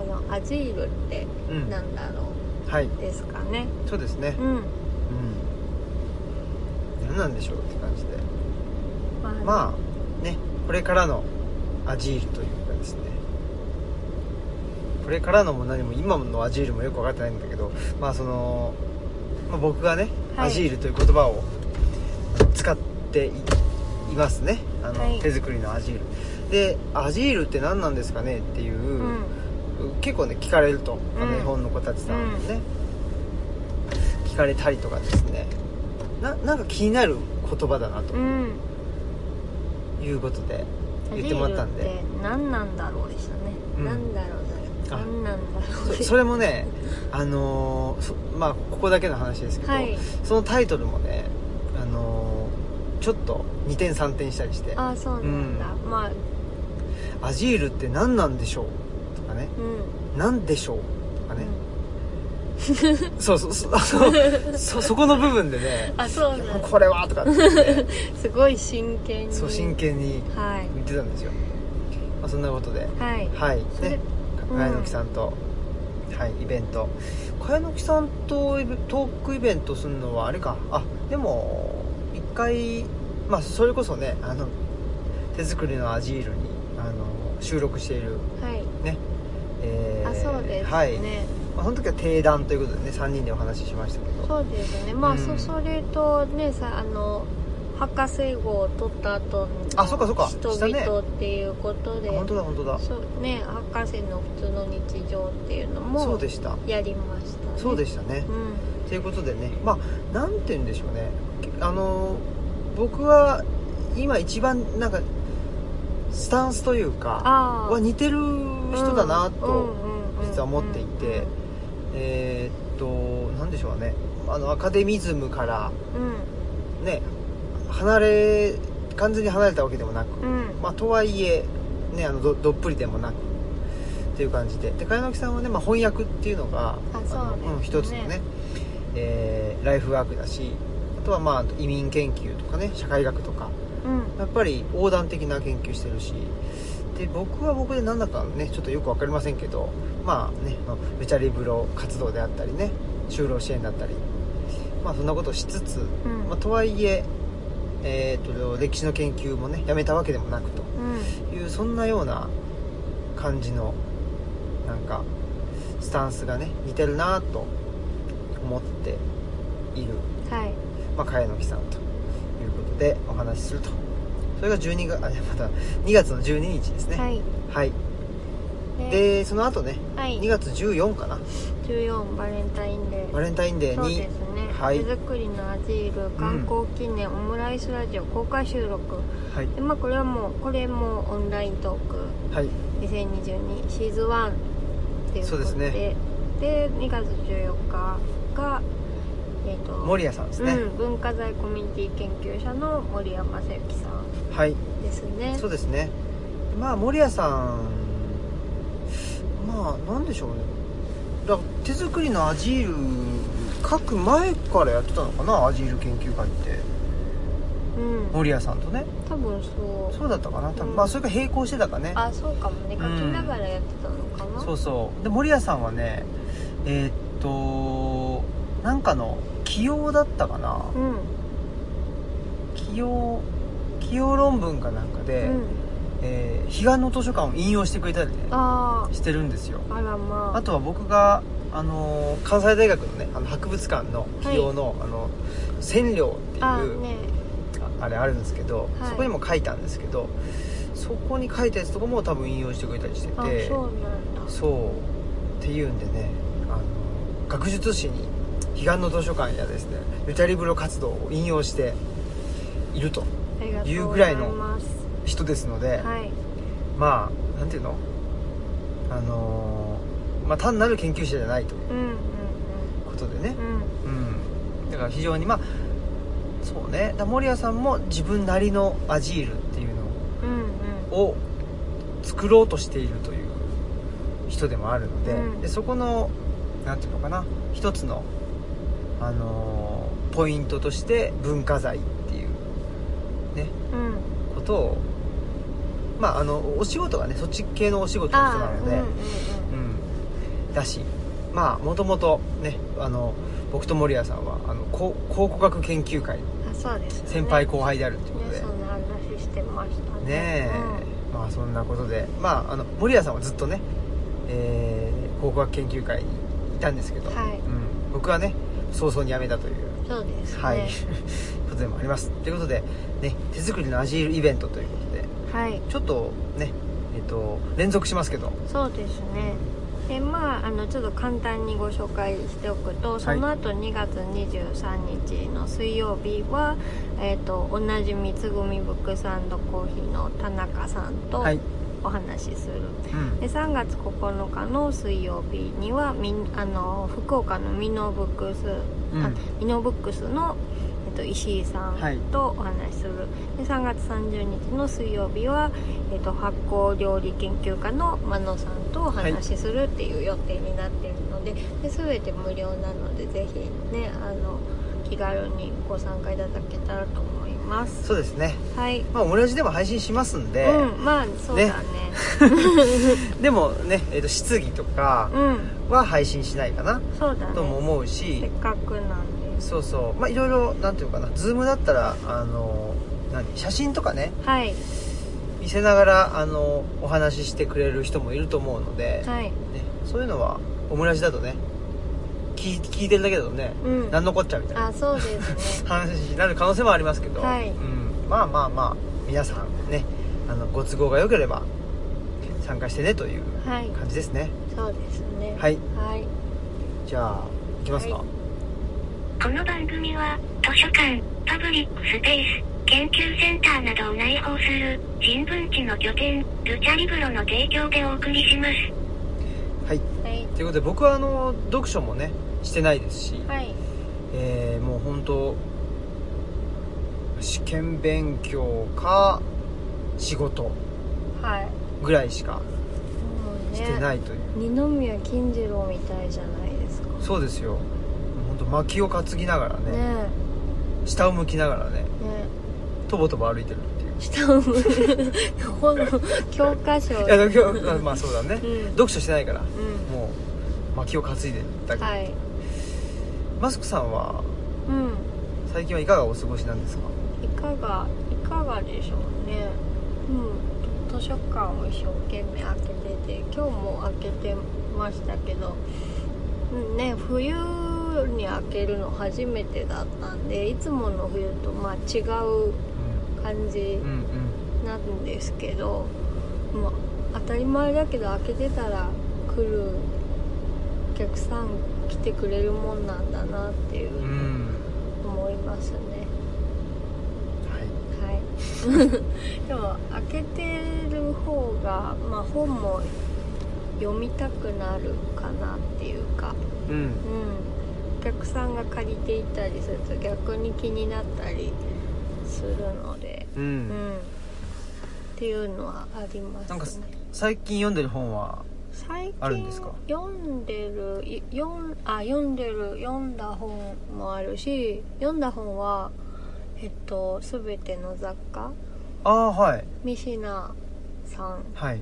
Speaker 2: あのアジールって
Speaker 1: うん
Speaker 2: なんだろ
Speaker 1: はい
Speaker 2: うんですかね
Speaker 1: そうですね
Speaker 2: うん
Speaker 1: うん何なんでしょうって感じで
Speaker 2: まあ、
Speaker 1: まあねこれからのアジールというかですねこれからのも何も今のアジールもよく分かってないんだけどまあその、まあ、僕がね、
Speaker 2: はい
Speaker 1: アジールという言葉をあの使っていいますねあの、
Speaker 2: はい
Speaker 1: 手作りのアジールでアジールって何なんですかねっていう、
Speaker 2: うん
Speaker 1: 結構ね聞かれると、あの
Speaker 2: うん
Speaker 1: 絵本の子たちさんもね、聞かれたりとかですねななんか気になる言葉だなと
Speaker 2: うん
Speaker 1: いうことで言ってもらったん
Speaker 2: アジ
Speaker 1: で
Speaker 2: ールって何なんだろうでしたね、
Speaker 1: うん
Speaker 2: 何だろうだ
Speaker 1: あ
Speaker 2: ろう何なんだろう
Speaker 1: そそれもねあのーそまあここだけの話ですけど、
Speaker 2: はい
Speaker 1: そのタイトルもねあのーちょっと2点3点したりして
Speaker 2: あそうなんだ、ま
Speaker 1: 「
Speaker 2: あ
Speaker 1: アジールって何なんでしょう?」とかね
Speaker 2: う
Speaker 1: 「
Speaker 2: ん、
Speaker 1: 何でしょう?」とかね
Speaker 2: う、ん
Speaker 1: そうそう <laughs> そうあのそそこの部分でね
Speaker 2: あそうなん
Speaker 1: いや
Speaker 2: だ
Speaker 1: もうこれはとかって言って
Speaker 2: すごい真剣に
Speaker 1: そう真剣に
Speaker 2: はい
Speaker 1: 言ってたんですよ、まあ、そんなことで
Speaker 2: はい
Speaker 1: はい
Speaker 2: それ
Speaker 1: ね
Speaker 2: うん
Speaker 1: 茅野木さんと、はいイベント茅野木さんとイベトークイベントするのはあれかあでも一回まあそれこそねあの手作りのアジールにあの収録している
Speaker 2: はい
Speaker 1: ねえー
Speaker 2: あそうですね、
Speaker 1: はい、まあ、その時は定談ということでね3人でお話ししましたけど
Speaker 2: そうですねまあ、
Speaker 1: うん
Speaker 2: そそれとねさあの博士号を取った後の
Speaker 1: あそうかそうか
Speaker 2: 人
Speaker 1: したね
Speaker 2: 々っていうことで、
Speaker 1: あ本当だ本当だ
Speaker 2: そうね博士の普通の日常っていうの
Speaker 1: そ
Speaker 2: も
Speaker 1: うでした
Speaker 2: やりましたね
Speaker 1: そうで
Speaker 2: し
Speaker 1: したね
Speaker 2: たうん
Speaker 1: ということでねまあなんて言うんでしょうねあの僕は今一番なんかスタンスというか
Speaker 2: あ
Speaker 1: は似てる人だなと実は思
Speaker 2: 持
Speaker 1: っていてえーっと何でしょうねあのアカデミズムから
Speaker 2: うん
Speaker 1: ね離れ完全に離れたわけでもなく、
Speaker 2: うん
Speaker 1: まあ、とはいえ、ね、あのどどっぷりでもなくっていう感じでで茅野木さんはね、まあ、翻訳っていうのが
Speaker 2: あそう
Speaker 1: の
Speaker 2: ですね
Speaker 1: ん一つのね、えーライフワークだしあとはまあ移民研究とかね社会学とか
Speaker 2: うん
Speaker 1: やっぱり横断的な研究してるしで僕は僕でなんだかねちょっとよく分かりませんけどまあねあのベチャリブロ活動であったりね就労支援だったりまあそんなことをしつつ、
Speaker 2: うん
Speaker 1: まあ、とはいええーと歴史の研究もねやめたわけでもなくと
Speaker 2: うん
Speaker 1: いうそんなような感じのなんかスタンスがね似てるなと思っている、
Speaker 2: はい
Speaker 1: まあ、茅野木さんということでお話しするとそれが12月あいやまた2月の12日ですね
Speaker 2: は
Speaker 1: はい、
Speaker 2: い
Speaker 1: でその後ね
Speaker 2: はい
Speaker 1: 2月14かな
Speaker 2: 14バレンタインデー
Speaker 1: バレンタインデ
Speaker 2: そ
Speaker 1: ー
Speaker 2: う
Speaker 1: に
Speaker 2: ですね、
Speaker 1: はい
Speaker 2: 手作りのアジール観光記念オムライスラジオ公開収録、
Speaker 1: はい
Speaker 2: でまあこれはもうこれもオンライントーク
Speaker 1: はい
Speaker 2: 2022シーズン1っていうことで
Speaker 1: そうですね
Speaker 2: で2月14日がえっ、と
Speaker 1: 森谷さんですね、
Speaker 2: うん、文化財コミュニティ研究者の森山正幸さん
Speaker 1: はい
Speaker 2: ですね
Speaker 1: そうですねまあ守屋さんまあなんでしょうねだから手作りのアジール書く前からやってたのかなアジール研究会って
Speaker 2: うん
Speaker 1: 守屋さんとね
Speaker 2: 多分そう
Speaker 1: そうだったかな多分、
Speaker 2: うん
Speaker 1: まあそれが並行してたかね
Speaker 2: あそうかもね書き
Speaker 1: うん
Speaker 2: ながらやってたのかな、
Speaker 1: そうそうで守屋さんはねえーっとなんかの起用だったかな
Speaker 2: うん
Speaker 1: 起用起用論文かなんか
Speaker 2: う
Speaker 1: で、
Speaker 2: ん
Speaker 1: えー彼岸の図書館を引用してくれたりね
Speaker 2: あ
Speaker 1: してるんですよ
Speaker 2: ああらまあ
Speaker 1: あとは僕が、あのー関西大学のねあの博物館の起用の,、あの千両っていう
Speaker 2: あ
Speaker 1: あ,、
Speaker 2: ね
Speaker 1: れあるんですけど、
Speaker 2: はい
Speaker 1: そこにも書いたんですけどそこに書いたやつとかも多分引用してくれたりして
Speaker 2: あ
Speaker 1: て
Speaker 2: そうなんだ
Speaker 1: そうっていうんでねあの学術誌に彼岸の図書館やですねルチャリブロ活動を引用していると
Speaker 2: ありがと
Speaker 1: いうう
Speaker 2: ご
Speaker 1: ぐ
Speaker 2: ざ
Speaker 1: ら
Speaker 2: い
Speaker 1: いの
Speaker 2: ます
Speaker 1: 人ですので、
Speaker 2: はい
Speaker 1: まあなんていうのあのーまあ単なる研究者じゃないという
Speaker 2: うんうん
Speaker 1: ことでね
Speaker 2: うんうん
Speaker 1: うん、だから非常にまあそうねだから守屋さんも自分なりのアジールっていう
Speaker 2: うん
Speaker 1: のを作ろうとしているという人でもあるので,、
Speaker 2: うん
Speaker 1: でそこのなんていうのかな一つの、あのーポイントとして文化財っていう
Speaker 2: うんうん
Speaker 1: ことをまああのお仕事がねそっち系のお仕事の人なので。
Speaker 2: うんうん
Speaker 1: うん、だしまあもともとねあの僕と守屋さんはあの考考古学研究会の
Speaker 2: うんあそうですよね
Speaker 1: 先輩後輩であるということ
Speaker 2: ね
Speaker 1: で
Speaker 2: そんな話してましたね
Speaker 1: ねえ、まあそんなことでまああの守屋さんはずっとね、えー考古学研究会にいたんですけど、
Speaker 2: は
Speaker 1: う
Speaker 2: い
Speaker 1: ん、僕はね早々に辞めたという、
Speaker 2: うんそうですね
Speaker 1: はいことでもありますということで、ね、手作りのアジールイベントということで
Speaker 2: はい
Speaker 1: ちょっとねえっ、と連続しますけど
Speaker 2: そうですねでまああのちょっと簡単にご紹介しておくとその後2月23日の水曜日は、えっと同じ三つ組ブックスコーヒーの田中さんと
Speaker 1: はい、
Speaker 2: お話しする、
Speaker 1: うん、
Speaker 2: で3月9日の水曜日にはみんあの福岡のミノブックス、
Speaker 1: うん
Speaker 2: あミノブックスの、えっと、石井さ
Speaker 1: はい
Speaker 2: んとお話しする、で3月30日の水曜日は、えっと、発酵料理研究家の真野さんとお話しするっていう予定になっているのでで全て無料なのでぜひねあの気軽にご参加いただけたらと思います
Speaker 1: そうですね
Speaker 2: はい、
Speaker 1: まあオムラジでも配信しますんで、
Speaker 2: うんまあそうだね
Speaker 1: ねでもね、えー、と質疑とか <laughs>
Speaker 2: うん
Speaker 1: は配信しないかな
Speaker 2: そうだ
Speaker 1: とも
Speaker 2: ね
Speaker 1: 思う
Speaker 2: せ
Speaker 1: し
Speaker 2: っかくなんで
Speaker 1: そうそうまあいろいろなんていうかなズームだったらあの何写真とかね
Speaker 2: はい
Speaker 1: 見せながらあのお話ししてくれる人もいると思うので、
Speaker 2: はい
Speaker 1: ね、そういうのはオムラジだとね聞い聞いてるだけだとね、
Speaker 2: うん
Speaker 1: なんのこっちゃみたいな
Speaker 2: あそうですね
Speaker 1: 話になる可能性もありますけど、
Speaker 2: はい
Speaker 1: うん、まあまあまあ皆さんねあのご都合が良ければ参加してねという
Speaker 2: はい
Speaker 1: 感じですね
Speaker 2: そうですね
Speaker 1: はい
Speaker 2: はい
Speaker 1: じゃあ行きますか、
Speaker 3: この番組は図書館、パブリックスペース、研究センターなどを内包する、人文地の拠点、ルチャリブロの提供でお送りします。
Speaker 1: はい
Speaker 2: はい
Speaker 1: ということで僕はあの読書もねしてないですし、
Speaker 2: はい
Speaker 1: えーもう本当試験勉強か仕事
Speaker 2: はい
Speaker 1: ぐらいしか
Speaker 2: もうね
Speaker 1: してないという、
Speaker 2: 二宮金次郎みたいじゃないですか
Speaker 1: そうですよ本当薪を担ぎながらね
Speaker 2: ね
Speaker 1: 下を向きながらね
Speaker 2: えね
Speaker 1: とぼとぼ歩いてるっていう
Speaker 2: え下 <laughs> を向く本の教科書
Speaker 1: いやでも今日 <laughs> まあそうだね、
Speaker 2: うん
Speaker 1: 読書してないから
Speaker 2: うん
Speaker 1: もう薪を担いでたけど、
Speaker 2: はい
Speaker 1: マスクさんは
Speaker 2: うん
Speaker 1: 最近はいかがお過ごしなんですか
Speaker 2: いかがいかがでしょうねうん図書館を一生懸命開けてて今日も開けてましたけどうんね冬に開けるの初めてだったんでいつもの冬とまあ違う感じ
Speaker 1: うんうん
Speaker 2: なんですけど、まあ、当たり前だけど開けてたら来るお客さん来てくれるもんなんだなっていう
Speaker 1: うんう
Speaker 2: の
Speaker 1: ん
Speaker 2: を思いますね、
Speaker 1: はい
Speaker 2: はい <laughs> でも開けてる方が、まあ、本も読みたくなるかなっていうか
Speaker 1: うん
Speaker 2: うんお客さんが借りていたりすると逆に気になったりするので
Speaker 1: う、
Speaker 2: うんんっていうのはありますね
Speaker 1: なんか最近読んでる本は
Speaker 2: 最近
Speaker 1: あるんですか
Speaker 2: 読んでるい読んあ読んでる読んだ本もあるし読んだ本はえっと「すべての雑貨
Speaker 1: ああはい」
Speaker 2: 三品さん
Speaker 1: はい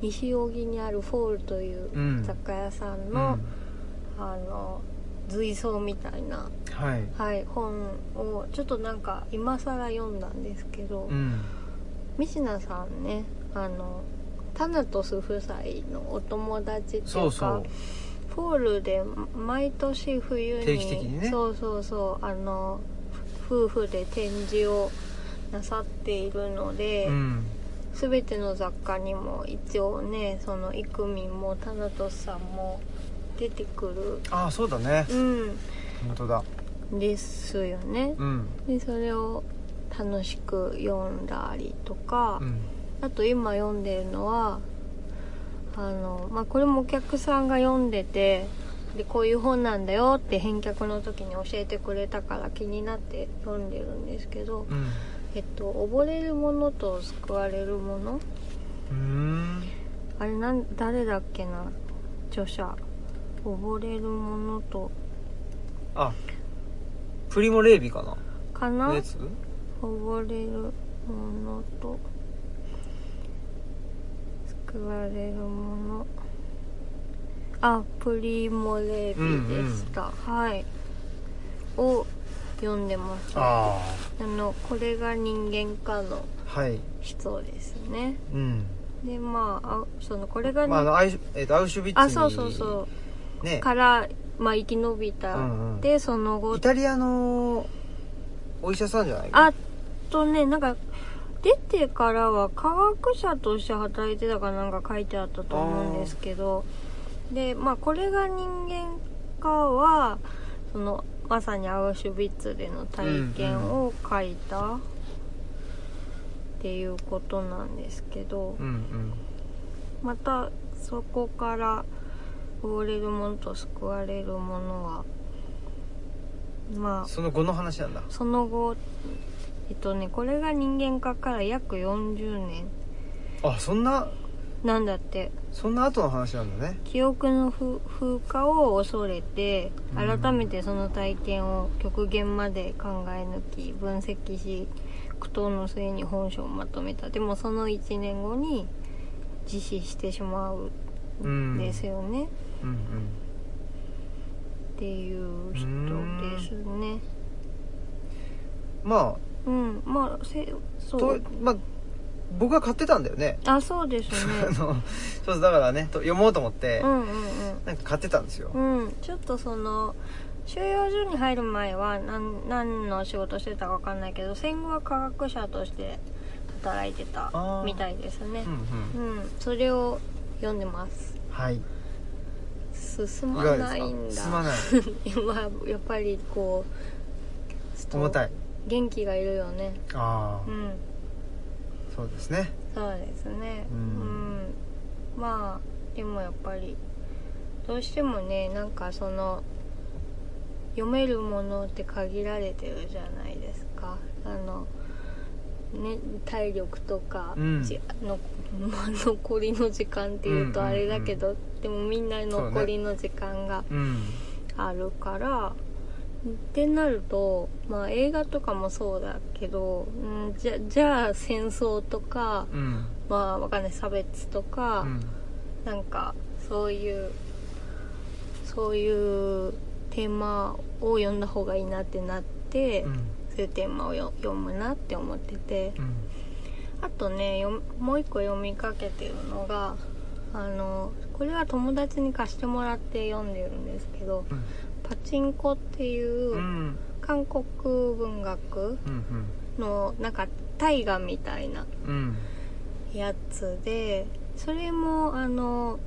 Speaker 2: 西荻にあるフォールという
Speaker 1: うん
Speaker 2: 雑貨屋さん
Speaker 1: う
Speaker 2: の、
Speaker 1: ん
Speaker 2: あの随想みたいな、
Speaker 1: はい
Speaker 2: はい、本をちょっとなんか今更読んだんですけど、
Speaker 1: うん
Speaker 2: ミシナさんねあのタナトス夫妻のお友達っていうか
Speaker 1: そうそう
Speaker 2: フォールで毎年冬に
Speaker 1: 定期的にね
Speaker 2: そうそうそうあのふ夫婦で展示をなさっているので、
Speaker 1: うん
Speaker 2: 全ての雑貨にも一応ねそのイクミンもタナトスさんも出てく
Speaker 1: ああそうだね
Speaker 2: るうん
Speaker 1: 本当だ
Speaker 2: ですよね
Speaker 1: う、ん
Speaker 2: でそれを楽しく読んだりとか、
Speaker 1: うん
Speaker 2: あと今読んでるのはあの、まあ、これもお客さんが読んでてでこういう本なんだよって返却の時に教えてくれたから気になって読んでるんですけど
Speaker 1: うん
Speaker 2: 「えっと、溺れるものと救われるもの」
Speaker 1: うーん
Speaker 2: あれなん誰だっけな著者溺れるものと
Speaker 1: あプリモレービかな
Speaker 2: かな
Speaker 1: のやつ
Speaker 2: 溺れるものと救われるものあプリモレビでした、はいを読んでますねあ
Speaker 1: あ
Speaker 2: のこれが人間化の
Speaker 1: あはい
Speaker 2: 人ですね
Speaker 1: うん
Speaker 2: でまああそのこれが、
Speaker 1: まああのアイシュえっとアウシュビッツに
Speaker 2: あそうそうそう
Speaker 1: ね
Speaker 2: から、まあ、生き延びた、
Speaker 1: うんうん
Speaker 2: でその後
Speaker 1: イタリアのお医者さんじゃない
Speaker 2: あとねなんか出てからは科学者として働いてたかなんか書いてあったと思うんですけどでまあこれが人間化はそのまさにアウシュビッツでの体験を書いたっていうことなんですけど
Speaker 1: うんうん
Speaker 2: またそこから溺れるものと救われるものはまあ
Speaker 1: その後の話なんだ
Speaker 2: その後えっとねこれが人間化から約40年
Speaker 1: あそんな
Speaker 2: なんだって
Speaker 1: そんな後の話なんだね
Speaker 2: 記憶のふ風化を恐れて
Speaker 1: うん
Speaker 2: 改めてその体験を極限まで考え抜き分析し苦闘の末に本書をまとめたでもその1年後に自死してしまう
Speaker 1: うんん
Speaker 2: ですよね、
Speaker 1: うんうん
Speaker 2: っていう人ですね
Speaker 1: ま
Speaker 2: うんまあせ
Speaker 1: あ
Speaker 2: そ
Speaker 1: と
Speaker 2: う
Speaker 1: まあ僕が買ってたんだよね
Speaker 2: あそうですね
Speaker 1: あのそうだからねと読もうと思って、
Speaker 2: うんうんうん
Speaker 1: なんか買ってたんですよ、
Speaker 2: うん、ちょっとその収容所に入る前は何何の仕事してたか分かんないけど戦後は科学者として働いてた
Speaker 1: あー
Speaker 2: みたいですね
Speaker 1: うんうん
Speaker 2: うん、それを読んでます
Speaker 1: はいい
Speaker 2: 進
Speaker 1: か
Speaker 2: ま
Speaker 1: が
Speaker 2: ない
Speaker 1: で
Speaker 2: <laughs> ん
Speaker 1: すか
Speaker 2: だ
Speaker 1: 進まない
Speaker 2: 今やっぱりこう
Speaker 1: 重たい
Speaker 2: スト元気がいるよね
Speaker 1: あ
Speaker 2: う
Speaker 1: あ
Speaker 2: ん
Speaker 1: そうですね
Speaker 2: そうですね
Speaker 1: う
Speaker 2: うんん、まあでもやっぱりどうしてもねなんかその読めるものって限られてるじゃないですかあのね体力とか、
Speaker 1: うん
Speaker 2: じの <laughs> 残りの時間っていうと
Speaker 1: うんう
Speaker 2: あ
Speaker 1: んうん
Speaker 2: れだけど、でもみんな残りの時間が
Speaker 1: うん
Speaker 2: あるから、ってなると、まあ、映画とかもそうだけど、うん、じゃじゃあ戦争とか、
Speaker 1: うん
Speaker 2: まあわかんない差別とか、
Speaker 1: うん
Speaker 2: なんかそういうそういうテーマを読んだ方がいいなってなって、
Speaker 1: うん
Speaker 2: そういうテーマをよ読むなって思ってて
Speaker 1: うん
Speaker 2: あとねよもう一個読みかけてるのがあのこれは友達に貸してもらって読んでるんですけど
Speaker 1: うん
Speaker 2: 「パチンコ」っていううん韓国文学
Speaker 1: うん
Speaker 2: のなんか大河みたいな
Speaker 1: うん
Speaker 2: やつでそれもあの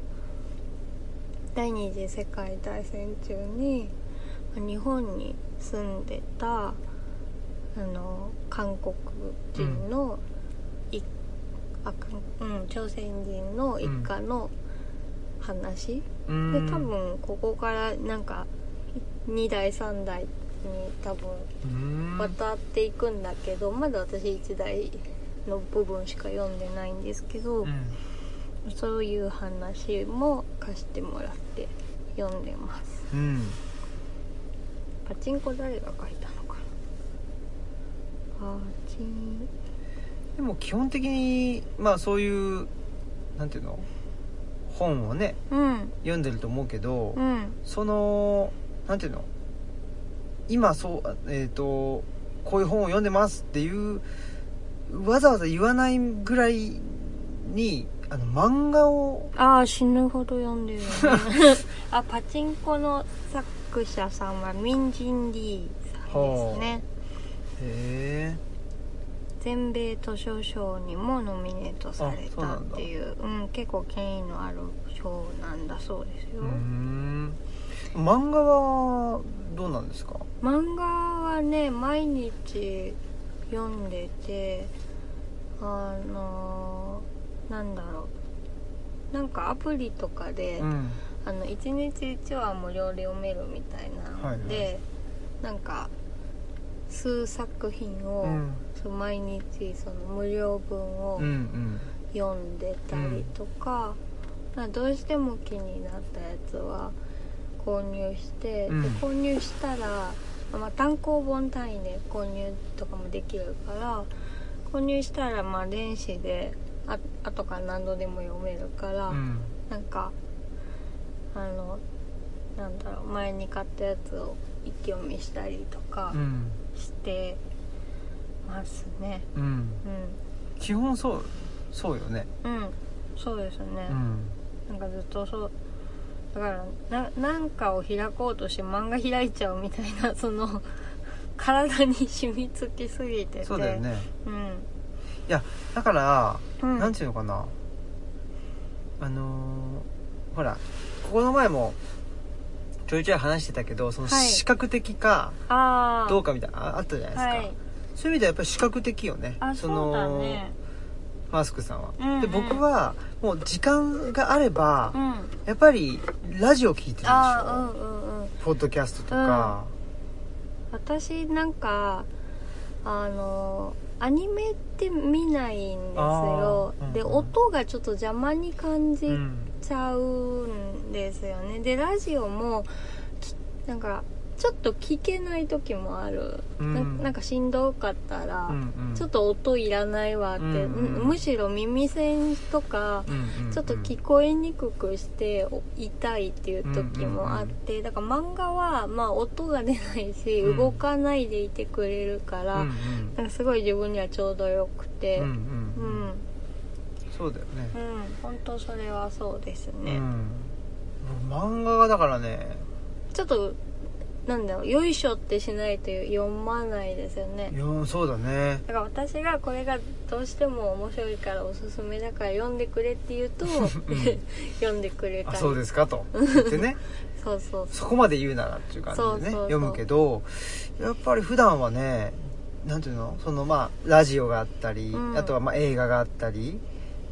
Speaker 2: 第二次世界大戦中にまあ日本に住んでたあの韓国人の、いあかうん、朝鮮人の一家の話、
Speaker 1: うん
Speaker 2: で多分ここからなんか2代3代に多分
Speaker 1: うん
Speaker 2: 渡っていくんだけどまだ私1代の部分しか読んでないんですけど、
Speaker 1: うん
Speaker 2: そういう話も貸してもらって読んでます
Speaker 1: うん
Speaker 2: パチンコ誰が書いたのかなパチン
Speaker 1: でも基本的にまあそういうなんていうの本をね
Speaker 2: うん
Speaker 1: 読んでると思うけど、
Speaker 2: うん
Speaker 1: そのなんていうの今そうあえっ、とこういう本を読んでますっていうわざわざ言わないぐらいにあの漫画を
Speaker 2: ああ死ぬほど読んでる
Speaker 1: <laughs>
Speaker 2: よねあパチンコの作者さんはミンジン・リーさんですね
Speaker 1: へえ
Speaker 2: 全米図書賞にもノミネートされ
Speaker 1: あそうな
Speaker 2: たっ
Speaker 1: んだ
Speaker 2: ていううん、結構権威のある賞なんだそうですよ、
Speaker 1: うん漫画はどうなんですか
Speaker 2: 漫画はね毎日読んでてあのーなんだろうなんかアプリとかで、
Speaker 1: ん
Speaker 2: あの1日1話無料で読めるみたいなので、
Speaker 1: はい
Speaker 2: なんか数作品を、
Speaker 1: うん
Speaker 2: そう毎日その無料分を
Speaker 1: うんうん
Speaker 2: 読んでたりとか,、どうしても気になったやつは購入して、
Speaker 1: うん
Speaker 2: で購入したら、まあ、単行本単位で購入とかもできるから購入したらまあ電子であ後から何度でも読めるから、
Speaker 1: うん
Speaker 2: なんかあのなんだろう前に買ったやつを一気読みしたりとか
Speaker 1: うん
Speaker 2: してますね。
Speaker 1: うん
Speaker 2: う
Speaker 1: 基本そうそうよね
Speaker 2: ん、うん、そうですね。
Speaker 1: うん
Speaker 2: なんかずっとそうだからななんかを開こうとして漫画開いちゃうみたいなその <laughs> 体に染みつきすぎてて
Speaker 1: そうだよね
Speaker 2: うん、
Speaker 1: だから
Speaker 2: うん、
Speaker 1: なんていうのかなあのーほらここの前もちょいちょい話してたけどその
Speaker 2: はい
Speaker 1: 視覚的か
Speaker 2: ああ
Speaker 1: どうかみたいな、ああったじゃないですか、
Speaker 2: はい
Speaker 1: そういう意味ではやっぱり視覚的よね
Speaker 2: あそうだね
Speaker 1: マスクさんは、
Speaker 2: うんうん
Speaker 1: で僕はもう時間があれば、
Speaker 2: うん
Speaker 1: やっぱりラジオ聞いてるでしょ、
Speaker 2: ああうんうんうん
Speaker 1: ポッドキャストとか、
Speaker 2: 私なんかあのアニメって見ないんですよ、
Speaker 1: あーうん
Speaker 2: で
Speaker 1: うん
Speaker 2: 音がちょっと邪魔に感じ
Speaker 1: うん
Speaker 2: ちゃうんですよねでラジオもきなんかちょっと聞けない時もある、
Speaker 1: うん
Speaker 2: ななんかしんどかったら、
Speaker 1: うんうん
Speaker 2: ちょっと音いらないわって、
Speaker 1: うんうん
Speaker 2: むむしろ耳栓とか
Speaker 1: うんうんうん
Speaker 2: ちょっと聞こえにくくしてお痛いっていう時もあって、だから漫画はまあ音が出ないし、
Speaker 1: うん
Speaker 2: 動かないでいてくれるから、
Speaker 1: うん
Speaker 2: なんかすごい自分にはちょうどよくて
Speaker 1: うんうんう
Speaker 2: う
Speaker 1: んんうんそうだよね
Speaker 2: うん本当それはそうですね、
Speaker 1: うん、僕漫画がだからね
Speaker 2: ちょっとなんだろうよいしょってしないと読まないですよね
Speaker 1: いやそうだね
Speaker 2: だから私がこれがどうしても面白いからおすすめだから読んでくれって言う
Speaker 1: <laughs>
Speaker 2: と読んでくれた
Speaker 1: あ
Speaker 2: り
Speaker 1: そうですかと言って
Speaker 2: <laughs>
Speaker 1: ね
Speaker 2: そうそうそ
Speaker 1: そこまで言うならっていう感じでね
Speaker 2: そうそうそう
Speaker 1: 読むけどやっぱり普段はねなんていうのそのまあラジオがあったり、
Speaker 2: うん
Speaker 1: あとはまあ映画があったり、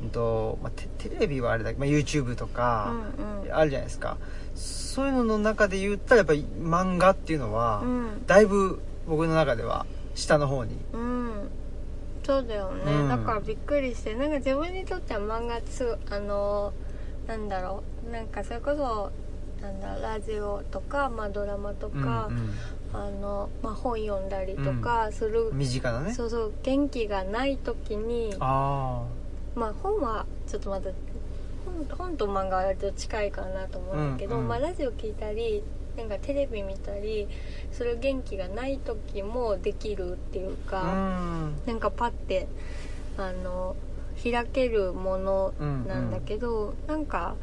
Speaker 1: うんとまあ、テテレビはあれだけど、まあ、YouTube と
Speaker 2: う
Speaker 1: か、
Speaker 2: んうん
Speaker 1: あるじゃないですかそういうのの中で言ったらやっぱり漫画っていうのは、
Speaker 2: うん
Speaker 1: だいぶ僕の中では下の方に
Speaker 2: うんそうだよね、
Speaker 1: うん
Speaker 2: だからびっくりしてなんか自分にとっては漫画ってすごあのなんだろうなんかそれこそなんだラジオとか、まあ、ドラマとか、
Speaker 1: うん
Speaker 2: あのまあ、本読んだりとかする、
Speaker 1: うん身近なね
Speaker 2: そうそう元気がない時に
Speaker 1: あ
Speaker 2: まあ本はちょっとまた本本と漫画は割と近いかなと思うんだけど、
Speaker 1: うんうん
Speaker 2: まあ、ラジオ聞いたりなんかテレビ見たりそれ元気がない時もできるっていう
Speaker 1: あう
Speaker 2: か、
Speaker 1: ん
Speaker 2: なんかパッてあの開けるものなんだけど、なんか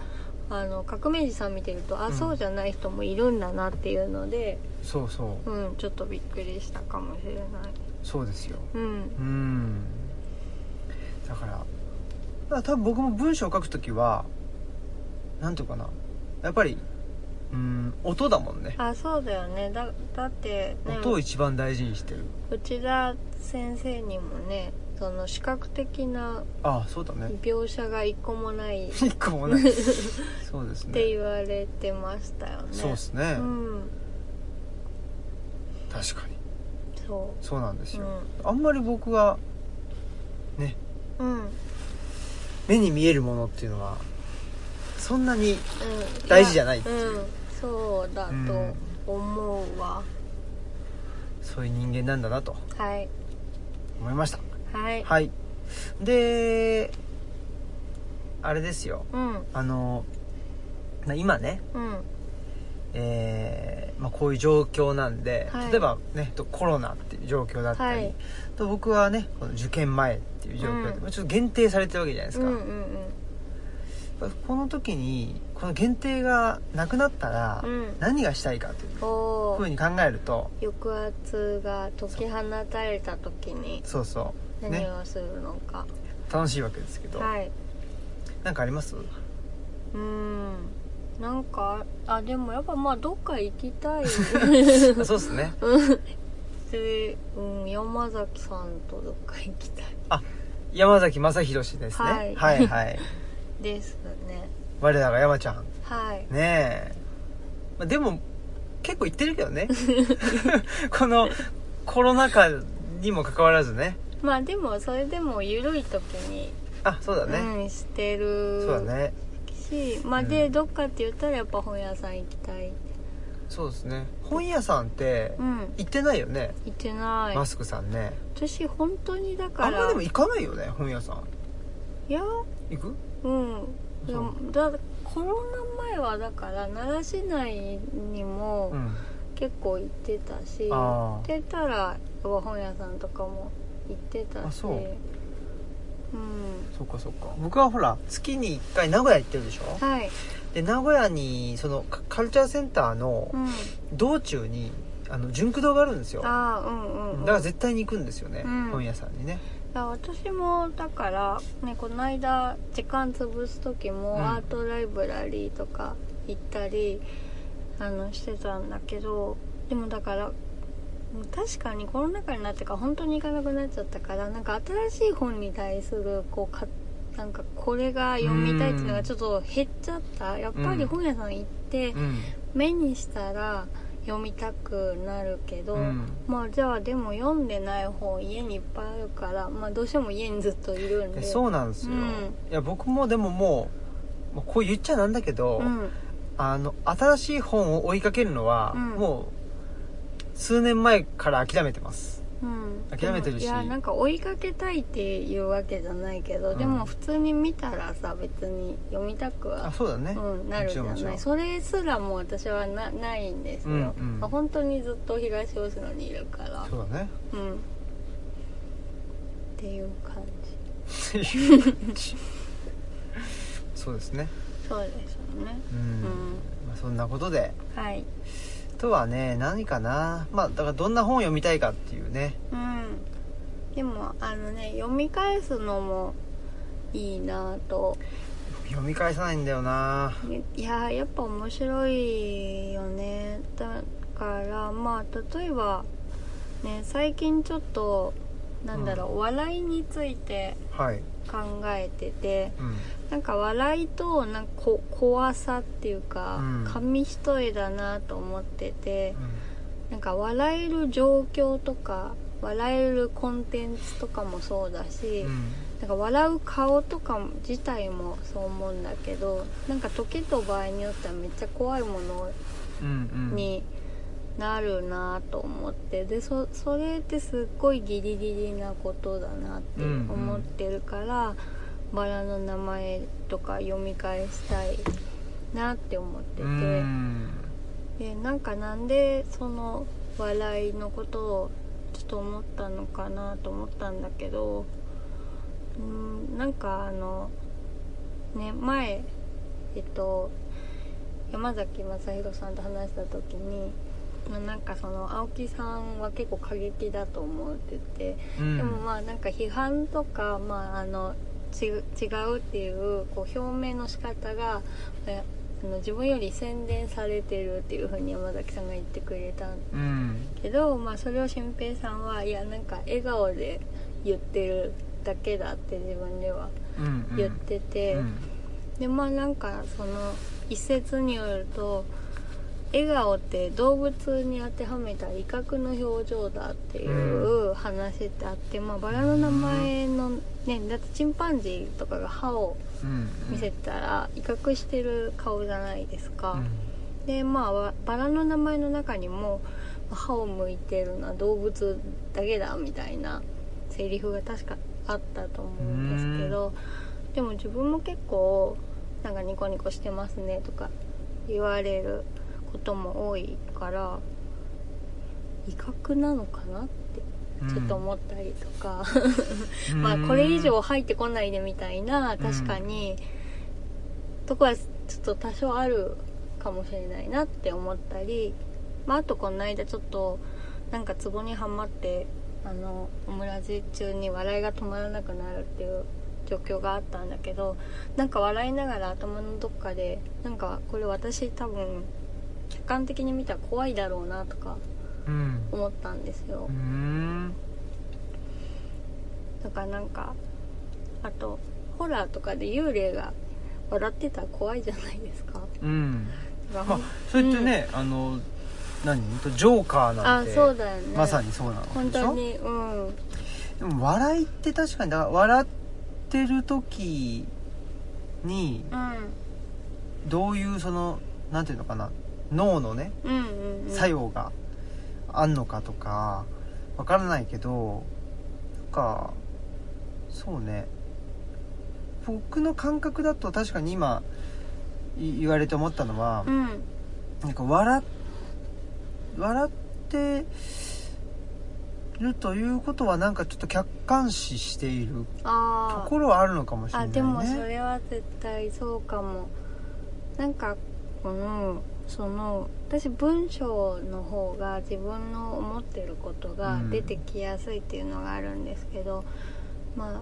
Speaker 2: あの革命児さん見てるとあ、
Speaker 1: うん
Speaker 2: そうじゃない人もいるんだなっていうので、
Speaker 1: そうそう
Speaker 2: うん、ちょっとびっくりしたかもしれない。
Speaker 1: そうですよ
Speaker 2: うん
Speaker 1: うんだからだから多分僕も文章を書くときはなんていうかなやっぱりうん音だもんね
Speaker 2: あそうだよねだだって、ね、
Speaker 1: 音を一番大事にしてる
Speaker 2: 内田先生にもねその視覚的な
Speaker 1: ああそうだね
Speaker 2: 描写が一個もないっ
Speaker 1: 一個もないそうです
Speaker 2: て
Speaker 1: ね
Speaker 2: 言われてましたよね
Speaker 1: そうですね、
Speaker 2: うん
Speaker 1: 確かに
Speaker 2: そ
Speaker 1: そうなんです
Speaker 2: うう
Speaker 1: よ、
Speaker 2: ん
Speaker 1: あんまり僕は
Speaker 2: うん、うん、
Speaker 1: 目に見えるものっていうのはそんなに大事じゃないって
Speaker 2: う
Speaker 1: いうん
Speaker 2: そうだと思うわ、
Speaker 1: そういう人間なんだなと
Speaker 2: はい
Speaker 1: 思いました
Speaker 2: はい、
Speaker 1: はいであれですよ
Speaker 2: うん
Speaker 1: あのまあ今ね、
Speaker 2: うん
Speaker 1: えーまあ、こういう状況なんで、
Speaker 2: はい
Speaker 1: 例えば、ね、とコロナっていう状況だったり、
Speaker 2: はい
Speaker 1: と僕はねこの受験前っていう状況で、
Speaker 2: うん
Speaker 1: まあちょっと限定されてるわけじゃないです
Speaker 2: うん
Speaker 1: か、
Speaker 2: うん
Speaker 1: やっぱこの時にこの限定がなくなったら
Speaker 2: うんうん
Speaker 1: 何がしたいかという
Speaker 2: お
Speaker 1: ふう
Speaker 2: ー
Speaker 1: に考えると
Speaker 2: 抑圧が解き放たれた時に
Speaker 1: そうそ
Speaker 2: 何をするのか、
Speaker 1: う楽しいわけですけど、
Speaker 2: はい
Speaker 1: なんかあり
Speaker 2: <laughs>
Speaker 1: ます
Speaker 2: うんなんかあでもやっぱまあどっか行きたい
Speaker 1: あそうっすね
Speaker 2: で、うん、山崎さんとどっか行きたい
Speaker 1: 山崎正弘ですね、
Speaker 2: はい
Speaker 1: はいはい
Speaker 2: ですね
Speaker 1: 我らが山ちゃん
Speaker 2: はい
Speaker 1: ねえ、まあ、でも結構行ってるけど
Speaker 2: <laughs>
Speaker 1: ね <laughs> このコロナ禍にもかかわらずね
Speaker 2: まあでもそれでも緩い時に、
Speaker 1: あそうだね、
Speaker 2: うんしてる
Speaker 1: そうだね
Speaker 2: しまあ
Speaker 1: うん
Speaker 2: で、どっかって言ったらやっぱ本屋さん行きたい
Speaker 1: そうですね本屋さんって
Speaker 2: うん
Speaker 1: 行ってないよね、
Speaker 2: 行ってない
Speaker 1: マスクさんね
Speaker 2: 私本当にだ
Speaker 1: あ
Speaker 2: か
Speaker 1: んま
Speaker 2: ら
Speaker 1: でも行かないよね本屋さん
Speaker 2: いや
Speaker 1: 行く
Speaker 2: うんいや
Speaker 1: そ
Speaker 2: だコロナ前はだから奈良市内にも、
Speaker 1: うん
Speaker 2: 結構行ってたし
Speaker 1: あ
Speaker 2: 行
Speaker 1: ー
Speaker 2: ってたら本屋さんとかも行ってた
Speaker 1: あ
Speaker 2: し
Speaker 1: そう
Speaker 2: うん
Speaker 1: そっかそっか僕はほら月に1回名古屋行ってるでしょ
Speaker 2: はい
Speaker 1: で名古屋にそのカカルチャーセンターの
Speaker 2: うん
Speaker 1: 道中にあの純駆堂があるんですよだか
Speaker 2: あーうんうん、うん、
Speaker 1: ら絶対に行くんですよね、
Speaker 2: うん
Speaker 1: 本屋さんにね
Speaker 2: いや私もだからねこの間時間潰す時
Speaker 1: うん
Speaker 2: もアートライブラリーとか行ったり、あのしてたんだけどでもだから確かにコロナ禍になってから本当に行かなくなっちゃったからなんか新しい本に対するこうかなんかこれが読みたいっていうのがちょっと減っちゃったやっぱり本屋さん行って
Speaker 1: うん
Speaker 2: 目にしたら読みたくなるけど、まあじゃあでも読んでない本家にいっぱいあるからまあどうしても家にずっといるん
Speaker 1: い
Speaker 2: で
Speaker 1: やそうなんですよ、
Speaker 2: うん
Speaker 1: いや僕もでももう、まあこう言っちゃなんだけど、
Speaker 2: うん
Speaker 1: あの新しい本を追いかけるのは、
Speaker 2: うん
Speaker 1: もう数年前から諦めてます
Speaker 2: うん
Speaker 1: 諦めてるし
Speaker 2: でもいやなんか追いかけたいっていうわけじゃないけど、
Speaker 1: うん
Speaker 2: でも普通に見たらさ別に読みたく
Speaker 1: あ
Speaker 2: は
Speaker 1: そうだね、
Speaker 2: うん、なるじゃ
Speaker 1: もちろん
Speaker 2: な
Speaker 1: も
Speaker 2: い
Speaker 1: ち
Speaker 2: それすらもう私はなないんですよ、
Speaker 1: うんうん
Speaker 2: まあ本当にずっと東吉野にいるから
Speaker 1: そう
Speaker 2: <laughs>
Speaker 1: だね
Speaker 2: うんっていう感じ
Speaker 1: そうですね
Speaker 2: そうですよね
Speaker 1: うん、
Speaker 2: うん
Speaker 1: まあ、そんなことで
Speaker 2: はい
Speaker 1: あとはね何かなまあだからどんな本を読みたいかっていうね
Speaker 2: うんでもあのね読み返すのもいいなと
Speaker 1: 読み返さないんだよない
Speaker 2: ややっぱ面白いよねだからまあ例えばね最近ちょっとなんだろう、笑いについて
Speaker 1: はい、
Speaker 2: 考えてて
Speaker 1: うん、
Speaker 2: なんか笑いとなんかこ怖さっていうか、
Speaker 1: うん
Speaker 2: 紙一重だなと思っててなんか笑える状況とか笑えるコンテンツとかもそうだし、
Speaker 1: うん、うん
Speaker 2: なんか笑う顔とかも自体もそう思うんだけどなんか時と場合によってはめっちゃ怖いもの
Speaker 1: うんうん、
Speaker 2: になるなと思ってでそそれってすっごいギリギリなことだなって
Speaker 1: うんうん
Speaker 2: 思ってるから、バラの名前とか読み返したいなって思ってて、
Speaker 1: うん
Speaker 2: でなんかなんでその笑いのことをちょっと思ったのかなと思ったんだけどうんなんかあのね前えっと山崎正弘さんと話した時に、まあ、なんかその青木さんは結構過激だと思うって言って、
Speaker 1: うん
Speaker 2: でもまあなんか批判とか、まあ、あのち違うっていうこう表明の仕方がえあの自分より宣伝されてるっていう風に山崎さんが言ってくれた
Speaker 1: うん
Speaker 2: けど、まあ、それを新平さんはいやなんか笑顔で言ってるだけだって自分では
Speaker 1: うんうん
Speaker 2: 言ってて。
Speaker 1: うん
Speaker 2: でまあなんかその一説によると笑顔って動物に当てはめた威嚇の表情だっていう話ってあって、まあバラの名前のねだってチンパンジーとかが歯を
Speaker 1: うん
Speaker 2: 見せたら威嚇してる顔じゃないですか、
Speaker 1: うん
Speaker 2: でまあわバラの名前の中にも歯を向いてるのは動物だけだみたいなセリフが確かあったと思うんですけどでも自分も結構なんかニコニコしてますねとか言われることも多いから威嚇なのかなってちょっと思ったりとか、
Speaker 1: うん
Speaker 2: まあこれ以上入ってこないでみたいな確かに、とこはちょっと多少あるかもしれないなって思ったり、まあ、あとこの間ちょっとなんかツボにはまってあのオムラジ中に笑いが止まらなくなるっていう状況があったんだけどなんか笑いながら頭のどっかでなんかこれ私多分客観的に見たら怖いだろうなとか
Speaker 1: うん
Speaker 2: 思ったんですよ。
Speaker 1: うん
Speaker 2: だからなんかあとホラーとかで幽霊が笑ってたら怖いじゃないで
Speaker 1: <laughs>
Speaker 2: すか
Speaker 1: うん
Speaker 2: だ
Speaker 1: ま
Speaker 2: から
Speaker 1: あそれってねあの何ジョーカー
Speaker 2: あ
Speaker 1: なんて
Speaker 2: そうだよね
Speaker 1: まさにそうなの
Speaker 2: 本
Speaker 1: でし
Speaker 2: 当
Speaker 1: ょ
Speaker 2: にうん
Speaker 1: でも笑いって確かにだから笑ってる時に
Speaker 2: うん
Speaker 1: どういうそのなんていうのかな脳のね
Speaker 2: うんうんうん
Speaker 1: 作用があんのかとかわからないけどなんかそうね僕の感覚だと確かに今い言われて思ったのは
Speaker 2: う、ん
Speaker 1: なんか笑っ笑ってるということはなんかちょっと客観視していると
Speaker 2: あ
Speaker 1: ころはあるのかもしれ
Speaker 2: あ
Speaker 1: な
Speaker 2: あ
Speaker 1: いね。
Speaker 2: でもそれは絶対そうかもなんかこのその私文章の方が自分の思ってることが出てきやすいっていうのがあるんですけど、まあ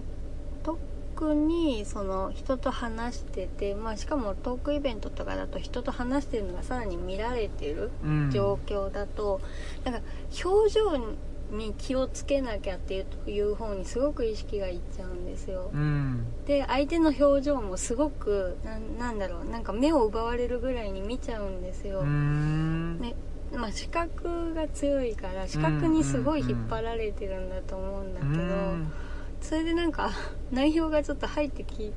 Speaker 2: 特にその人と話してて、まあ、しかもトークイベントとかだと人と話してるのがさらに見られてる
Speaker 1: うん
Speaker 2: 状況だと、なんか表情に気をつけなきゃっていういう方にすごく意識がいっちゃうんですよ。
Speaker 1: うん
Speaker 2: で相手の表情もすごくなんなんだろうなんか目を奪われるぐらいに見ちゃうんですよ、
Speaker 1: うん
Speaker 2: ねまあ視覚が強いから視覚にすごい引っ張られてるんだと思うんだけど、
Speaker 1: うん
Speaker 2: それでなんか <laughs> 内容がちょっと入ってき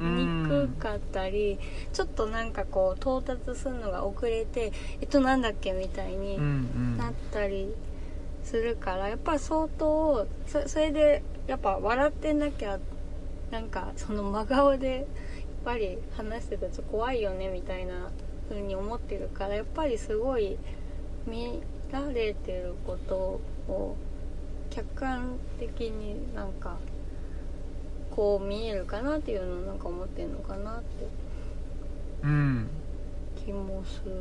Speaker 2: にくかったり、ちょっとなんかこう到達するのが遅れてえっとなんだっけみたいに
Speaker 1: うんうん
Speaker 2: なったりするからやっぱ相当そそれでやっぱ笑ってなきゃなんかその真顔でやっぱり話してたらちょっと怖いよねみたいな風に思ってるからやっぱりすごい見られてることを客観的になんかこう見えるかなっていうのをなんか思ってるのかなって
Speaker 1: うん
Speaker 2: 気もする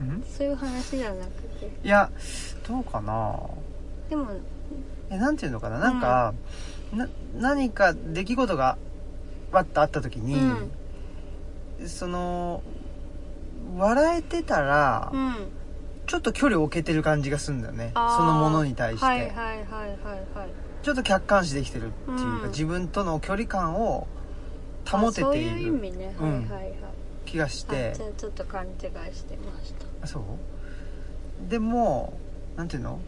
Speaker 1: うん
Speaker 2: そういう話じゃなくて
Speaker 1: いやどうかな
Speaker 2: でも
Speaker 1: えなんていうのかななんか、な何か出来事がわっとあった時に、その笑えてたら、
Speaker 2: うん
Speaker 1: ちょょっと距離を置けてる感じがするんだよねそ
Speaker 2: あー
Speaker 1: のものに対して、
Speaker 2: はいはいはいはいはい
Speaker 1: ちょっと客観視できてるっていうか、
Speaker 2: うん
Speaker 1: 自分との距離感を保て
Speaker 2: あそう
Speaker 1: て
Speaker 2: い
Speaker 1: いう
Speaker 2: 意
Speaker 1: る
Speaker 2: 味ね、
Speaker 1: うん
Speaker 2: はいはいはい
Speaker 1: 気がして
Speaker 2: あじゃあちょっと勘違いしてました
Speaker 1: あそうでもなんていうの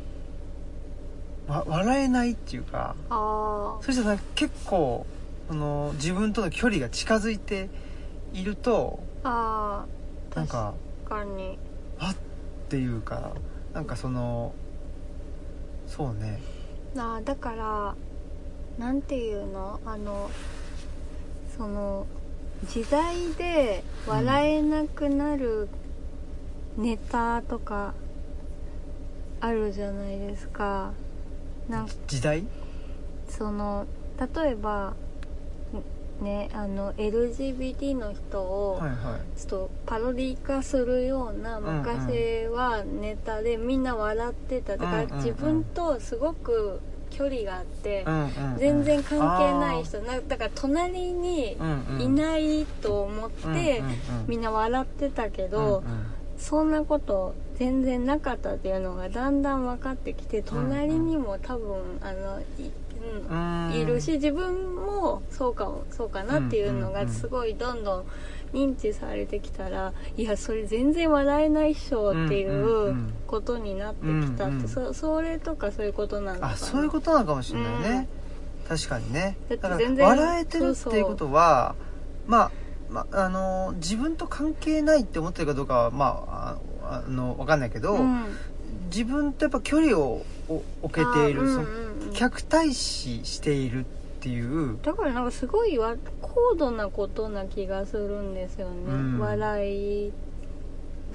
Speaker 1: わ笑えないっていうか
Speaker 2: あ
Speaker 1: そしたら結構その自分との距離が近づいていると
Speaker 2: あああ
Speaker 1: なんか
Speaker 2: 確かに
Speaker 1: っていうかなんかそのそうね
Speaker 2: ああだからなんていうのあのその時代で笑えなくなるネタとかあるじゃないですかなんか
Speaker 1: 時代
Speaker 2: その例えばんねあの LGBT の人を、
Speaker 1: はいはい
Speaker 2: ちょっとパロディ化するような
Speaker 1: うんうん
Speaker 2: 昔はネタでみんな笑ってただか
Speaker 1: う
Speaker 2: ら
Speaker 1: んうんうん
Speaker 2: 自分とすごく距離があって
Speaker 1: うんうんうん
Speaker 2: 全然関係ない人なだから隣に
Speaker 1: あーうんうん
Speaker 2: いないと思っ
Speaker 1: うん
Speaker 2: て
Speaker 1: うんうん
Speaker 2: みんな笑ってたけど
Speaker 1: うんうん
Speaker 2: そんなこと全然なかったっていうのがだんだん分かってきて隣にも多分あのいうん
Speaker 1: うーん
Speaker 2: いるし自分もそうかもそうかなっていうの
Speaker 1: うん
Speaker 2: が
Speaker 1: うんうん
Speaker 2: すごいどんどん認知されてきたらいやそれ全然笑えないっしょってい
Speaker 1: んうんう
Speaker 2: ううんことになってきたって、
Speaker 1: うんうん
Speaker 2: そそれとかそういうことなのかな
Speaker 1: あそういうことなのかもしれないね、確かにね
Speaker 2: だって
Speaker 1: だから
Speaker 2: 全然
Speaker 1: 笑えてる
Speaker 2: そ
Speaker 1: っ
Speaker 2: う
Speaker 1: て
Speaker 2: そう
Speaker 1: いうことはまあまああのー自分と関係ないって思ってるかどうかはまあああの分かんないけど、
Speaker 2: うん
Speaker 1: 自分とやっぱ距離をお置けている、
Speaker 2: あー
Speaker 1: その
Speaker 2: うんうんうん
Speaker 1: 客対視しているっていう
Speaker 2: だからなんかすごいわ高度なことな気がするんですよね、
Speaker 1: うん
Speaker 2: 笑い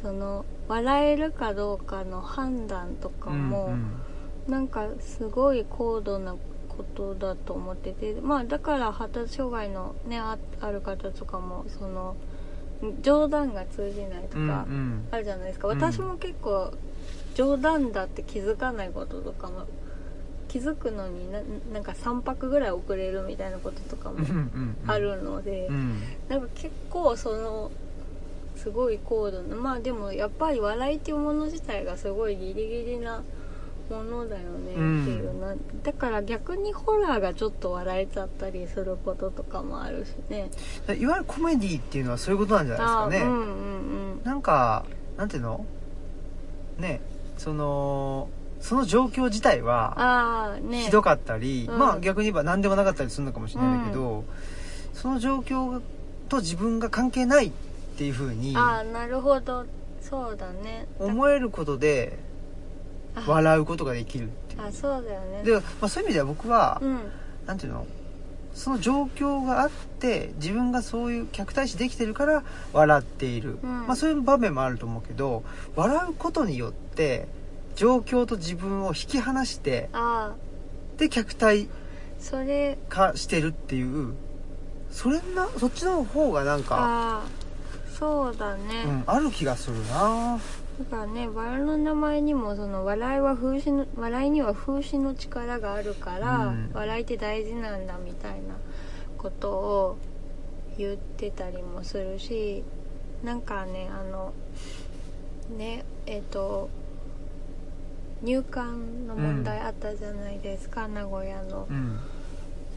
Speaker 2: その笑えるかどうかの判断とかも、
Speaker 1: うん
Speaker 2: なんかすごい高度なことだと思っててまあだから発達障害のねあある方とかもその冗談が通じないと
Speaker 1: うん
Speaker 2: か
Speaker 1: うん
Speaker 2: あるじゃないですか、
Speaker 1: うん
Speaker 2: 私も結構冗談だって気づかないこととかも気づくのにななんか3泊ぐらい遅れるみたいなこととか
Speaker 1: うんうんう
Speaker 2: も
Speaker 1: んうん
Speaker 2: あるので、
Speaker 1: うん
Speaker 2: なんか結構そのすごい高度なまあでもやっぱり笑いっていうもの自体がすごいギリギリなものだよねって
Speaker 1: うん
Speaker 2: いうな、だから逆にホラーがちょっと笑えちゃったりすることとかもあるしね
Speaker 1: でいわゆるコメディっていうのはそういうことなんじゃないですかね、
Speaker 2: あーうんうん
Speaker 1: なんかなんていうのねそのその状況自体は
Speaker 2: ああね
Speaker 1: ひどかったり、
Speaker 2: うん
Speaker 1: まあ逆に言えば何でもなかったりするのかもしれないんだけど、その状況と自分が関係ないっていうふうに
Speaker 2: ああなるほどそうだね
Speaker 1: 思えることで
Speaker 2: あ
Speaker 1: 笑うことができるってい
Speaker 2: あそうだよね
Speaker 1: う。で、まあ、そういう意味では僕は、
Speaker 2: うん
Speaker 1: なんていうのその状況があって自分がそういう客対視できてるから笑っている、
Speaker 2: うん
Speaker 1: まあ、そういう場面もあると思うけど笑うことによって状況と自分を引き離して
Speaker 2: ああ
Speaker 1: で客体
Speaker 2: それ
Speaker 1: 化してるっていうそれなそっちの方がなんか
Speaker 2: ああそうだね、
Speaker 1: あ,、うん、ある気がするな
Speaker 2: だからねバラの名前にもその笑いは風刺の笑いには風刺の力があるから、
Speaker 1: うん
Speaker 2: 笑いって大事なんだみたいなことを言ってたりもするしなんかねあのねえっ、と入管の問題あったじゃないですか、名古屋の
Speaker 1: う。ん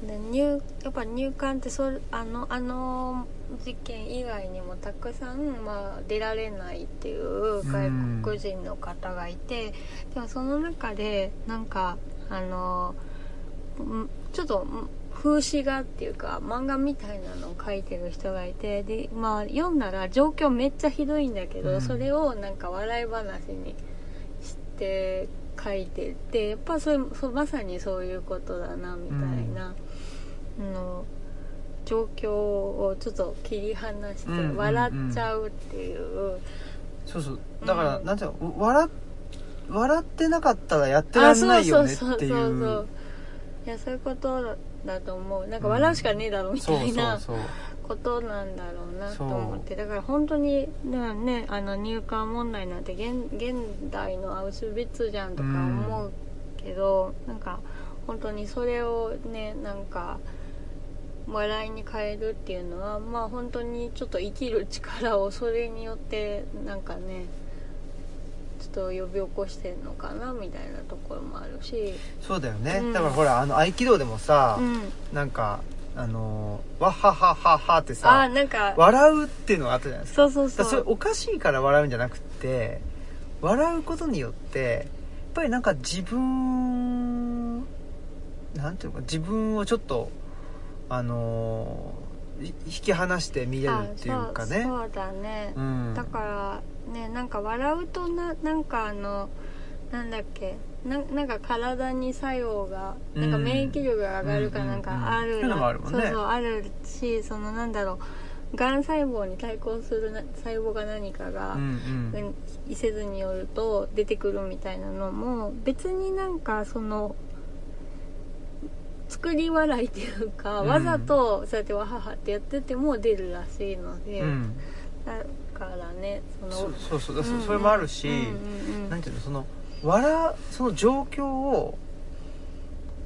Speaker 2: で入やっぱ入管ってそれあのあの事件以外にもたくさん、まあ、出られないっていう外国人の方がいて、でもその中でなんかあのんちょっとん風刺画っていうか漫画みたいなのを描いてる人がいてで、まあ、読んだら状況めっちゃひどいんだけど、
Speaker 1: うん
Speaker 2: それをなんか笑い話にして書いててやっぱそれそうまさにそういうことだなみたいな、あの状況をちょっと切り離して
Speaker 1: うんうんうん
Speaker 2: 笑っちゃうっていう,、
Speaker 1: そうそうだから、
Speaker 2: うん
Speaker 1: なんていうの笑っ笑ってなかったらやってらんないよねっていう
Speaker 2: いやそういうことだと思うなんか笑うしかねえだろみたいな
Speaker 1: そうそうそう
Speaker 2: ことなんだろうなと
Speaker 1: そう
Speaker 2: 思ってだから本当にだからねあの入管問題なんて現現代のアウシュビッツじゃんとか思うけど、なんか本当にそれをねなんか笑いに変えるっていうのはまあ本当にちょっと生きる力をそれによってなんかねちょっ人を呼び起こしてるのかなみたいなところもあるし、
Speaker 1: そうだよね、
Speaker 2: うん
Speaker 1: だからほらあの合気道でもさ、
Speaker 2: うん、
Speaker 1: なんかあのーわっはっはっはっはって
Speaker 2: ああ
Speaker 1: さ
Speaker 2: なんか
Speaker 1: 笑うっていうのがあったじゃないですか
Speaker 2: そうそ
Speaker 1: だ
Speaker 2: う
Speaker 1: からそ
Speaker 2: そ
Speaker 1: れ
Speaker 2: う
Speaker 1: おかしいから笑うんじゃなくって笑うことによってやっぱりなんか自分なんていうのか自分をちょっとあのーい引き離して見れるっていうか
Speaker 2: あ
Speaker 1: ね
Speaker 2: そうそうだね、
Speaker 1: うん
Speaker 2: だからねなんか笑うとななんかあのなんだっけななんか体に作用がなんか
Speaker 1: うん
Speaker 2: 免疫力が上がるかなんかあ
Speaker 1: うんうんうんそういう
Speaker 2: る
Speaker 1: のもあるもんね
Speaker 2: そうそうあるしそのなんだろうがん細胞に対抗するな細胞が何かが、
Speaker 1: うんうん
Speaker 2: 伊勢津によると出てくるみたいなのも別になんかその作り笑いっていうか、
Speaker 1: うん
Speaker 2: わざとそうやってわははってやってても出るらしいので、
Speaker 1: うん
Speaker 2: だからねその
Speaker 1: そうそうそうだから
Speaker 2: うん
Speaker 1: それもあるし、
Speaker 2: うんうんうん
Speaker 1: なんていうのその笑うその状況を、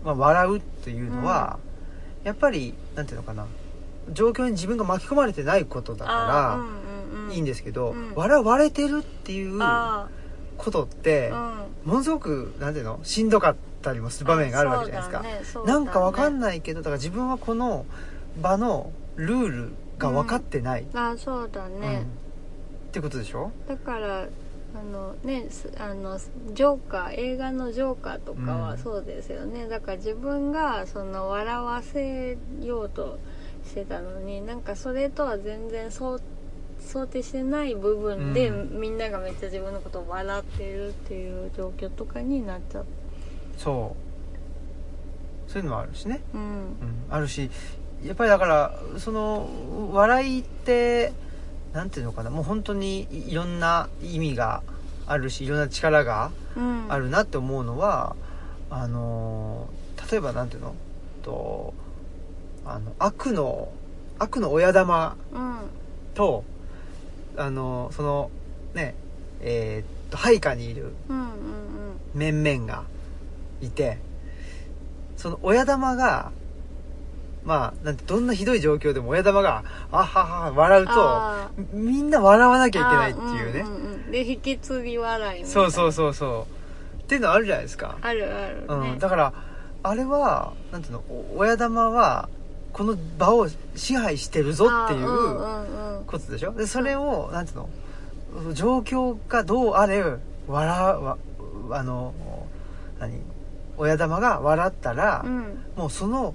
Speaker 1: まあ、笑うっていうのは、やっぱりなんていうのかな状況に自分が巻き込まれてないことだか
Speaker 2: あーうんうんう
Speaker 1: ら
Speaker 2: ん
Speaker 1: いいんですけど、
Speaker 2: うん
Speaker 1: 笑われてるっていう
Speaker 2: あ
Speaker 1: ことって、
Speaker 2: ーうん
Speaker 1: ものすごくなんていうのしんどかったりもする場面があるわけじゃないですか、なんかわかん
Speaker 2: ない
Speaker 1: ないけどだから自分はこの場のルールが分かってない、
Speaker 2: あそうだ
Speaker 1: うん
Speaker 2: ね、
Speaker 1: ってことでしょ
Speaker 2: だからあのねすあのジョーカー映画のジョーカーとか
Speaker 1: うん
Speaker 2: はそうですよね、だから自分がその笑わせようとしてたのになんかそれとは全然想想定してない部分で、
Speaker 1: う
Speaker 2: みんながめっちゃ自分のことを笑ってるっていう状況とかになっちゃう、
Speaker 1: そうそういうのもあるしね
Speaker 2: うん、
Speaker 1: うんあるしやっぱりだからその笑いってなんていうのかなもう本当にいいろんな意味があるしいろんな力が
Speaker 2: うん
Speaker 1: あるなって思うのは、あの例えばなんていうのとあの悪の悪の親玉
Speaker 2: うん
Speaker 1: とあのそのねえーっと配下にいる
Speaker 2: うんうん
Speaker 1: 面々がいてその親玉がまあなんてどんなひどい状況でも親玉が「あはは」笑
Speaker 2: う
Speaker 1: うんと
Speaker 2: あー
Speaker 1: みんな笑わなきゃいけないっていうね、
Speaker 2: あーんんうんで引き継ぎ笑いみたいな
Speaker 1: そうそうそうそうっていうのあるじゃないですか、
Speaker 2: あるあるね、
Speaker 1: うん、だからあれはなんていうのお親玉はこの場を支配してるぞっていう
Speaker 2: あーうんうんうん
Speaker 1: ことでしょでそれをなんていうの状況がどうあれ笑うわあの何親玉が笑ったら、
Speaker 2: うん
Speaker 1: もうその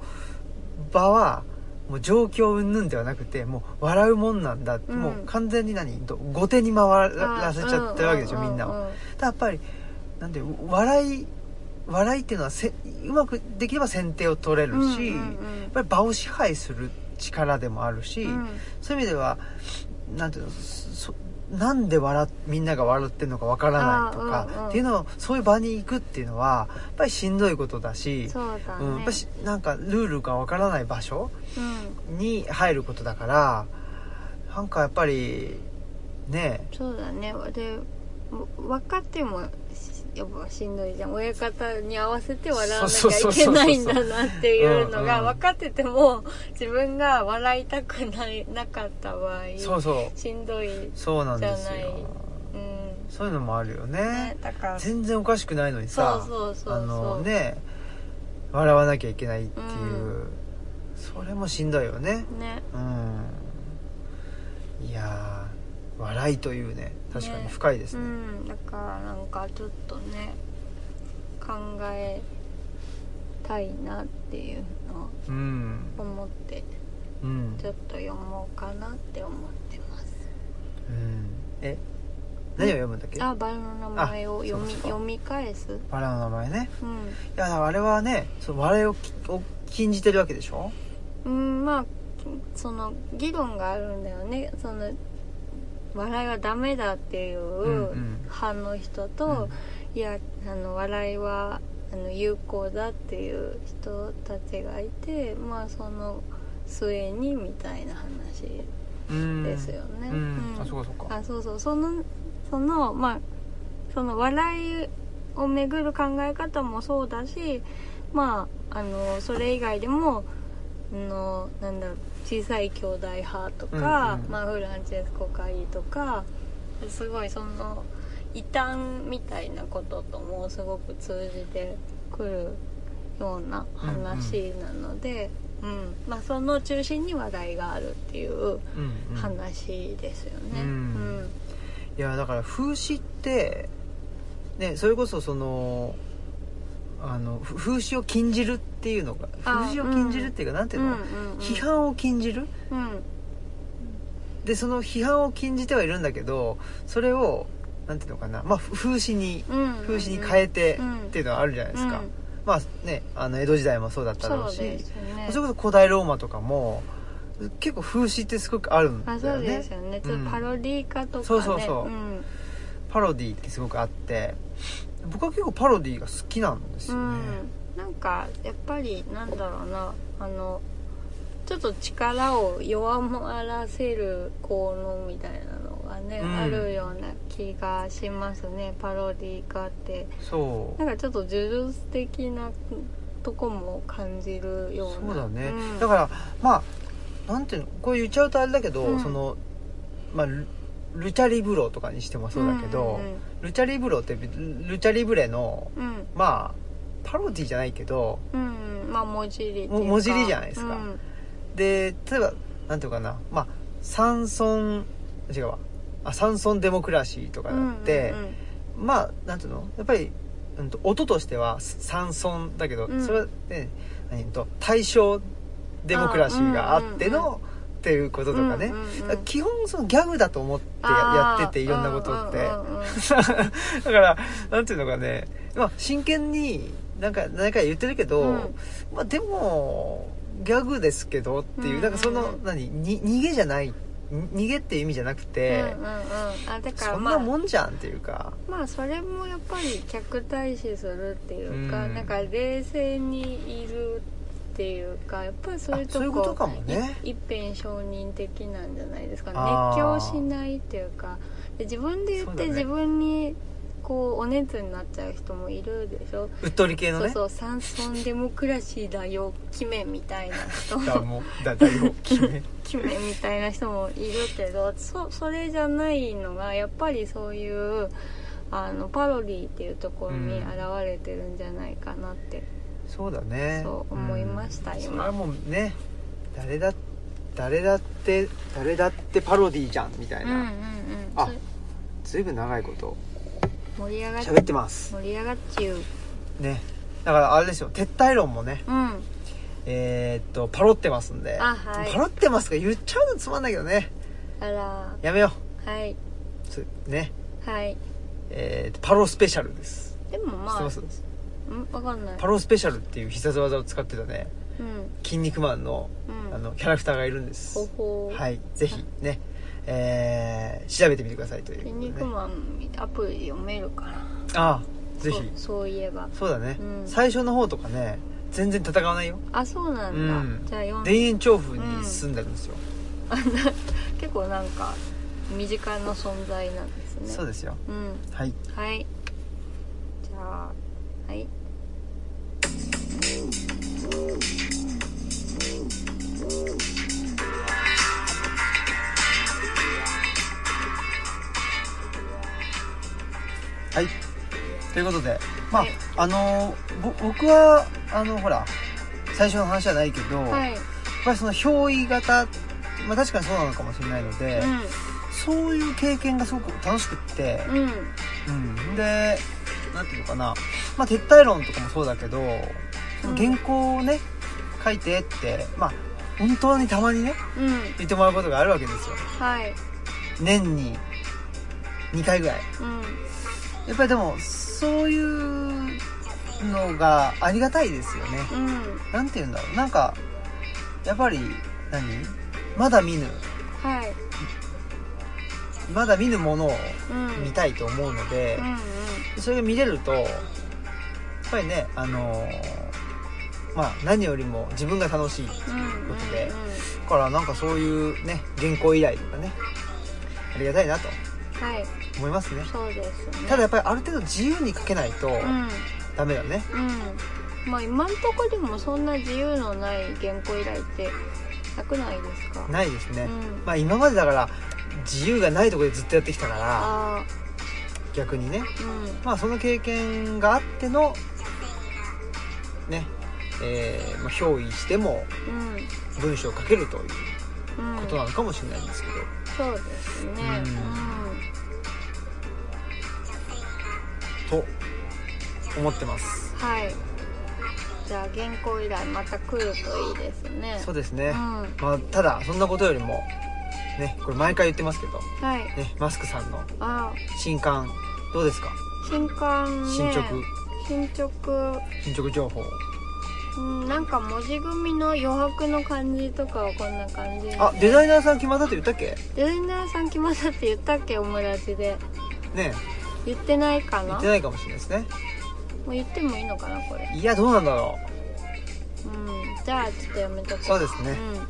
Speaker 1: 場はもう状況云々ではなくてもう笑うもんなんだ、
Speaker 2: ん
Speaker 1: もう完全に何ど後手に回らせちゃってるわけでしょ、
Speaker 2: うんうんうんう
Speaker 1: みん
Speaker 2: ん
Speaker 1: なをただやっぱりなんで笑い笑いっていうのはせうまくできれば先手を取れるし、
Speaker 2: うんうん
Speaker 1: やっぱり場を支配する力でもあるし、
Speaker 2: うんうん
Speaker 1: そういう意味ではなんていうのそなんで笑っみんなが笑ってるのかわからないとか
Speaker 2: あ、ーうんうん
Speaker 1: っていうのをそういう場に行くっていうのはやっぱりしんどいことだし
Speaker 2: そうだね
Speaker 1: うん、やっぱしなんかルールがわからない場所
Speaker 2: うん
Speaker 1: に入ることだからなんかやっぱりね
Speaker 2: そうだねでも分かってもしやっぱしんどいじゃん親方に合わせて笑わなき
Speaker 1: そう
Speaker 2: ゃ
Speaker 1: そう
Speaker 2: い
Speaker 1: そうそう
Speaker 2: けないんだなっていうの
Speaker 1: う
Speaker 2: が
Speaker 1: んうん
Speaker 2: 分かってても自分が笑いたくないなかった場合
Speaker 1: そうそう
Speaker 2: しんどい、うん、
Speaker 1: そうなんです
Speaker 2: じゃない
Speaker 1: よそういうのもあるよね
Speaker 2: ねだからそう
Speaker 1: 全然おかしくないのにさ
Speaker 2: そうそうそう
Speaker 1: あのね笑わなきゃいけないっていう、
Speaker 2: う
Speaker 1: それもしんどいよね
Speaker 2: ね
Speaker 1: うんいやー笑いというね確かに深いです
Speaker 2: う
Speaker 1: ね
Speaker 2: んだからなんかちょっとね考えたいなっていうの
Speaker 1: うん
Speaker 2: を思って
Speaker 1: うん、
Speaker 2: ちょっと読もうかなって思ってます
Speaker 1: うん、え何を読むんだっけ
Speaker 2: あバラの名前を読
Speaker 1: あ
Speaker 2: み
Speaker 1: そうかそうか
Speaker 2: 読み返す
Speaker 1: バラの名前ね
Speaker 2: うん、
Speaker 1: いやだからあれはねそう笑いをきを禁じてるわけでしょ
Speaker 2: うん、まあその議論があるんだよねその笑いはダメだってい
Speaker 1: んう
Speaker 2: うん派の人と、いやあの笑いはあの有効だっていう人たちがいてまあその末にみたいな話
Speaker 1: うん
Speaker 2: ですよね。
Speaker 1: うん
Speaker 2: うん
Speaker 1: あそうかそうか
Speaker 2: あそうそうそのそのまあその笑いをめぐる考え方もそうだしまああのそれ以外でもあのなんだろう小さい兄弟派とか、
Speaker 1: うんうん
Speaker 2: まあ、フランチェスコ・カイとかすごいその異端みたいなことともすごく通じてくるような話なので、うんまあ、その中心に話題があるっていう
Speaker 1: うんうん
Speaker 2: 話ですよね。
Speaker 1: うんいやだから風刺って、ね、それこそそのあのふ風刺を禁じるっていうのが
Speaker 2: あ
Speaker 1: 風刺を禁じるっていうか、なんていうの、批判を禁じる
Speaker 2: うん
Speaker 1: でその批判を禁じてはいるんだけどそれをなんていうのかな、まあ、ふ風刺に
Speaker 2: うん、
Speaker 1: 風刺に変えて
Speaker 2: うん
Speaker 1: っていうのはあるじゃないですか、
Speaker 2: うん
Speaker 1: まあねあの江戸時代もそうだったろう
Speaker 2: そう
Speaker 1: し
Speaker 2: ですよね
Speaker 1: それこそ古代ローマとかも結構風刺ってすごくあるんだ
Speaker 2: あ
Speaker 1: よ
Speaker 2: そうで
Speaker 1: ね
Speaker 2: すよねちょっとパロディ化とかね
Speaker 1: そうそうそう
Speaker 2: うん
Speaker 1: パロディってすごくあって僕は結構パロディが好きなんですよね、
Speaker 2: うん、なんかやっぱりなんだろうなあのちょっと力を弱まらせる効能みたいなのがね、
Speaker 1: うん
Speaker 2: あるような気がしますねパロディ化って
Speaker 1: そう
Speaker 2: なんかちょっと呪術的なとこも感じるよう
Speaker 1: そ
Speaker 2: な
Speaker 1: うだね、
Speaker 2: ん
Speaker 1: だからまあなんていうのこれ言っちゃうとあれだけど、
Speaker 2: うん
Speaker 1: そのまあルルチャリブロとかにしてもそうだけど、ルチャリブロってルルチャリブレの
Speaker 2: うんうん
Speaker 1: まあパロディじゃないけど
Speaker 2: うん、うんまあ文字入りっていうか
Speaker 1: も文字入りじゃないですか
Speaker 2: うん
Speaker 1: で例えばなんていうかなまあサンソン違うわあサンソンデモクラシーとかだって、
Speaker 2: うんうんうん
Speaker 1: まあなんていうのやっぱり、うん、と音としては三尊だけど、
Speaker 2: うん
Speaker 1: それはね、えっと大正デモクラシーがあって
Speaker 2: あうん
Speaker 1: の、っていうこととかね、
Speaker 2: うんうんうん
Speaker 1: だから基本そのギャグだと思ってややってていろんなことって、
Speaker 2: あーうんうんうんうん
Speaker 1: だからなんていうのかね、まあ、真剣になんか何回言ってるけど、
Speaker 2: うん
Speaker 1: まあでもギャグですけどっていう、
Speaker 2: うん
Speaker 1: なんかその
Speaker 2: うん
Speaker 1: 何に逃げじゃないに逃げっていう意味じゃなくて、
Speaker 2: うんうんうん、あだから
Speaker 1: そん
Speaker 2: ま
Speaker 1: な
Speaker 2: あ
Speaker 1: もんじゃんっていうか。
Speaker 2: まあそれもやっぱり客対視するっていうか、
Speaker 1: うん
Speaker 2: なんか冷静にいるっていうかやっぱりそういうと
Speaker 1: あ
Speaker 2: こ
Speaker 1: そういうことかもね
Speaker 2: い一辺承認的なんじゃないですか
Speaker 1: あ
Speaker 2: 熱
Speaker 1: ー
Speaker 2: 狂しないっていうかで自分で言っ
Speaker 1: そう
Speaker 2: て、
Speaker 1: だね
Speaker 2: 自分にこうお熱になっちゃう人もいるでしょ、
Speaker 1: うっとり系の
Speaker 2: そう <laughs>
Speaker 1: ね
Speaker 2: そう「サンソンデモクラシーだよ決め」みたいな人
Speaker 1: だもうだだよ決め
Speaker 2: 決めみたいな人もいるけどそそれじゃないのがやっぱりそういうあのパロディっていうところに
Speaker 1: うん
Speaker 2: 現れてるんじゃないかなって、
Speaker 1: そうだね
Speaker 2: そう思いました
Speaker 1: うん
Speaker 2: 今
Speaker 1: それはもうね誰だ誰だって誰だってパロディじゃんみたい
Speaker 2: うんうんうん
Speaker 1: な、あ
Speaker 2: それ
Speaker 1: ずいぶん長いこと
Speaker 2: 盛り上がっ
Speaker 1: 喋ってます
Speaker 2: 盛り上がっちゅう
Speaker 1: ねだからあれですよ撤退論もね
Speaker 2: うん
Speaker 1: えーっとパロってますんで
Speaker 2: あはい
Speaker 1: パロってますか言っちゃうのつまんないけどね
Speaker 2: あら
Speaker 1: やめよ
Speaker 2: はい
Speaker 1: うつね
Speaker 2: はい
Speaker 1: えーっとパロスペシャルです、
Speaker 2: でもま
Speaker 1: 知って
Speaker 2: あ
Speaker 1: ます
Speaker 2: うんわかんない
Speaker 1: パロスペシャルっていう必殺技を使ってたね
Speaker 2: うん
Speaker 1: 筋肉マンの
Speaker 2: うん
Speaker 1: あのキャラクターがいるんです
Speaker 2: ほほ
Speaker 1: はいい、ぜひね、えー調べてみてくださいということ
Speaker 2: 筋
Speaker 1: で、ね。
Speaker 2: 肉マンアプリ読めるから
Speaker 1: ああ、ぜひ。
Speaker 2: そうそういえば
Speaker 1: そうだね、
Speaker 2: うん
Speaker 1: 最初の方とかね、全然戦わないよ。
Speaker 2: あそうなん
Speaker 1: う
Speaker 2: だ、
Speaker 1: ん
Speaker 2: じゃあ読ん
Speaker 1: 田
Speaker 2: で
Speaker 1: 園調布に住んでるんですよ。
Speaker 2: 結構なんか身近な存在なんですね
Speaker 1: そうですよ。
Speaker 2: うん
Speaker 1: はい。
Speaker 2: はいじゃあはい
Speaker 1: はい。ということで、まあ、
Speaker 2: はい
Speaker 1: あのーぼ僕は、あの、ほら、最初の話じゃないけど、
Speaker 2: は
Speaker 1: やっ
Speaker 2: い
Speaker 1: ぱりその憑依型、まあ確かにそうなのかもしれないので、そういう経験がすごく楽しくって、
Speaker 2: うんうん
Speaker 1: うん、でなんていうのかな、まあ、撤退論とかもそうだけどその原稿をね、書いてってまあ本当にたまにね
Speaker 2: うん
Speaker 1: 言ってもらうことがあるわけですよ
Speaker 2: はい
Speaker 1: 年に2回ぐらい
Speaker 2: うん
Speaker 1: やっぱりでもそういうのがありがたいですよね
Speaker 2: うん
Speaker 1: なんていうんだろうなんかやっぱり何まだ見ぬ
Speaker 2: はい
Speaker 1: まだ見ぬものを
Speaker 2: うん
Speaker 1: 見たいと思うので、
Speaker 2: うん
Speaker 1: それが見れるとやっぱりねあのーまあ何よりも自分が楽しいだ
Speaker 2: うんうん
Speaker 1: ことで
Speaker 2: うんうん
Speaker 1: からなんかそういうね原稿依頼とかねありがたいなと
Speaker 2: はい
Speaker 1: 思いますね
Speaker 2: そうですね
Speaker 1: ただやっぱりある程度自由に書けないと
Speaker 2: うん
Speaker 1: ダメだね、
Speaker 2: うんまあ今んとこでもそんな自由のない原稿依頼ってなくないですか
Speaker 1: ないですね、
Speaker 2: うん
Speaker 1: まあ今までだから自由がないところでずっとやってきたから
Speaker 2: あ
Speaker 1: 逆にね
Speaker 2: うん
Speaker 1: まあその経験があってのねえーまあ、憑依しても
Speaker 2: うん
Speaker 1: 文章を書けるという
Speaker 2: うん
Speaker 1: ことなのかもしれないんですけど、
Speaker 2: そうですね
Speaker 1: と思ってます
Speaker 2: うんはいじゃあ原稿依頼また来るといいですね
Speaker 1: そう
Speaker 2: う
Speaker 1: ですね、
Speaker 2: んは
Speaker 1: まあ、ただそんなことよりもねこれ毎回言ってますけど、
Speaker 2: い
Speaker 1: ね、マスクさんの
Speaker 2: あ
Speaker 1: 新刊どうですか
Speaker 2: 新刊ね
Speaker 1: 進捗、
Speaker 2: 進捗
Speaker 1: 進捗情報
Speaker 2: うんなんか文字組みの余白の感じとかはこんな感じ
Speaker 1: あデザイナーさん決まったって言ったっけ
Speaker 2: デザイナーさん来ましたって言ったっけオムラジで
Speaker 1: ね
Speaker 2: 言ってないか
Speaker 1: 言
Speaker 2: な
Speaker 1: ってないかもしれないですね
Speaker 2: もう言ってもいいのかなこれ
Speaker 1: いやどうなんだろ
Speaker 2: うんじゃあちょっとやめとこ
Speaker 1: う
Speaker 2: う
Speaker 1: そうですね、
Speaker 2: うん
Speaker 1: ま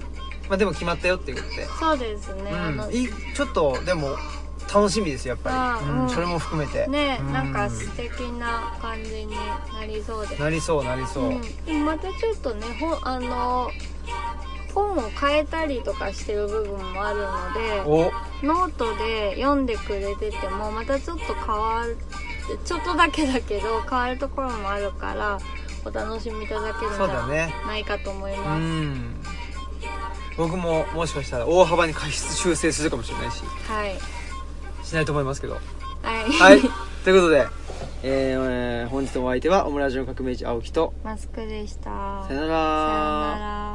Speaker 1: あ、でも決まったよっていうことで、
Speaker 2: そうですね、あの
Speaker 1: うん、いいちょっとでも楽しみですやっぱり、
Speaker 2: あー
Speaker 1: うん
Speaker 2: うん
Speaker 1: それも含めて
Speaker 2: ね
Speaker 1: うん
Speaker 2: なんか素敵な感じになりそうです
Speaker 1: なりそうなりそう、
Speaker 2: うん、またちょっとね本あの本を変えたりとかしてる部分もあるの
Speaker 1: お
Speaker 2: でノートで読んでくれててもまたちょっと変わってちょっとだけだけど変わるところもあるからお楽しみいただけるんじ
Speaker 1: そうだ
Speaker 2: ゃ
Speaker 1: ね
Speaker 2: ないかと思いうます、
Speaker 1: ん僕ももしかしたら大幅に過失修正するかもしれないし
Speaker 2: はい
Speaker 1: しないと思いますけ
Speaker 2: <laughs>
Speaker 1: ど
Speaker 2: はい、
Speaker 1: はいということで、えーえー本日のお相手はオムラジオ革命児青木と
Speaker 2: マスクでした
Speaker 1: さよな
Speaker 2: さよ
Speaker 1: ら
Speaker 2: なら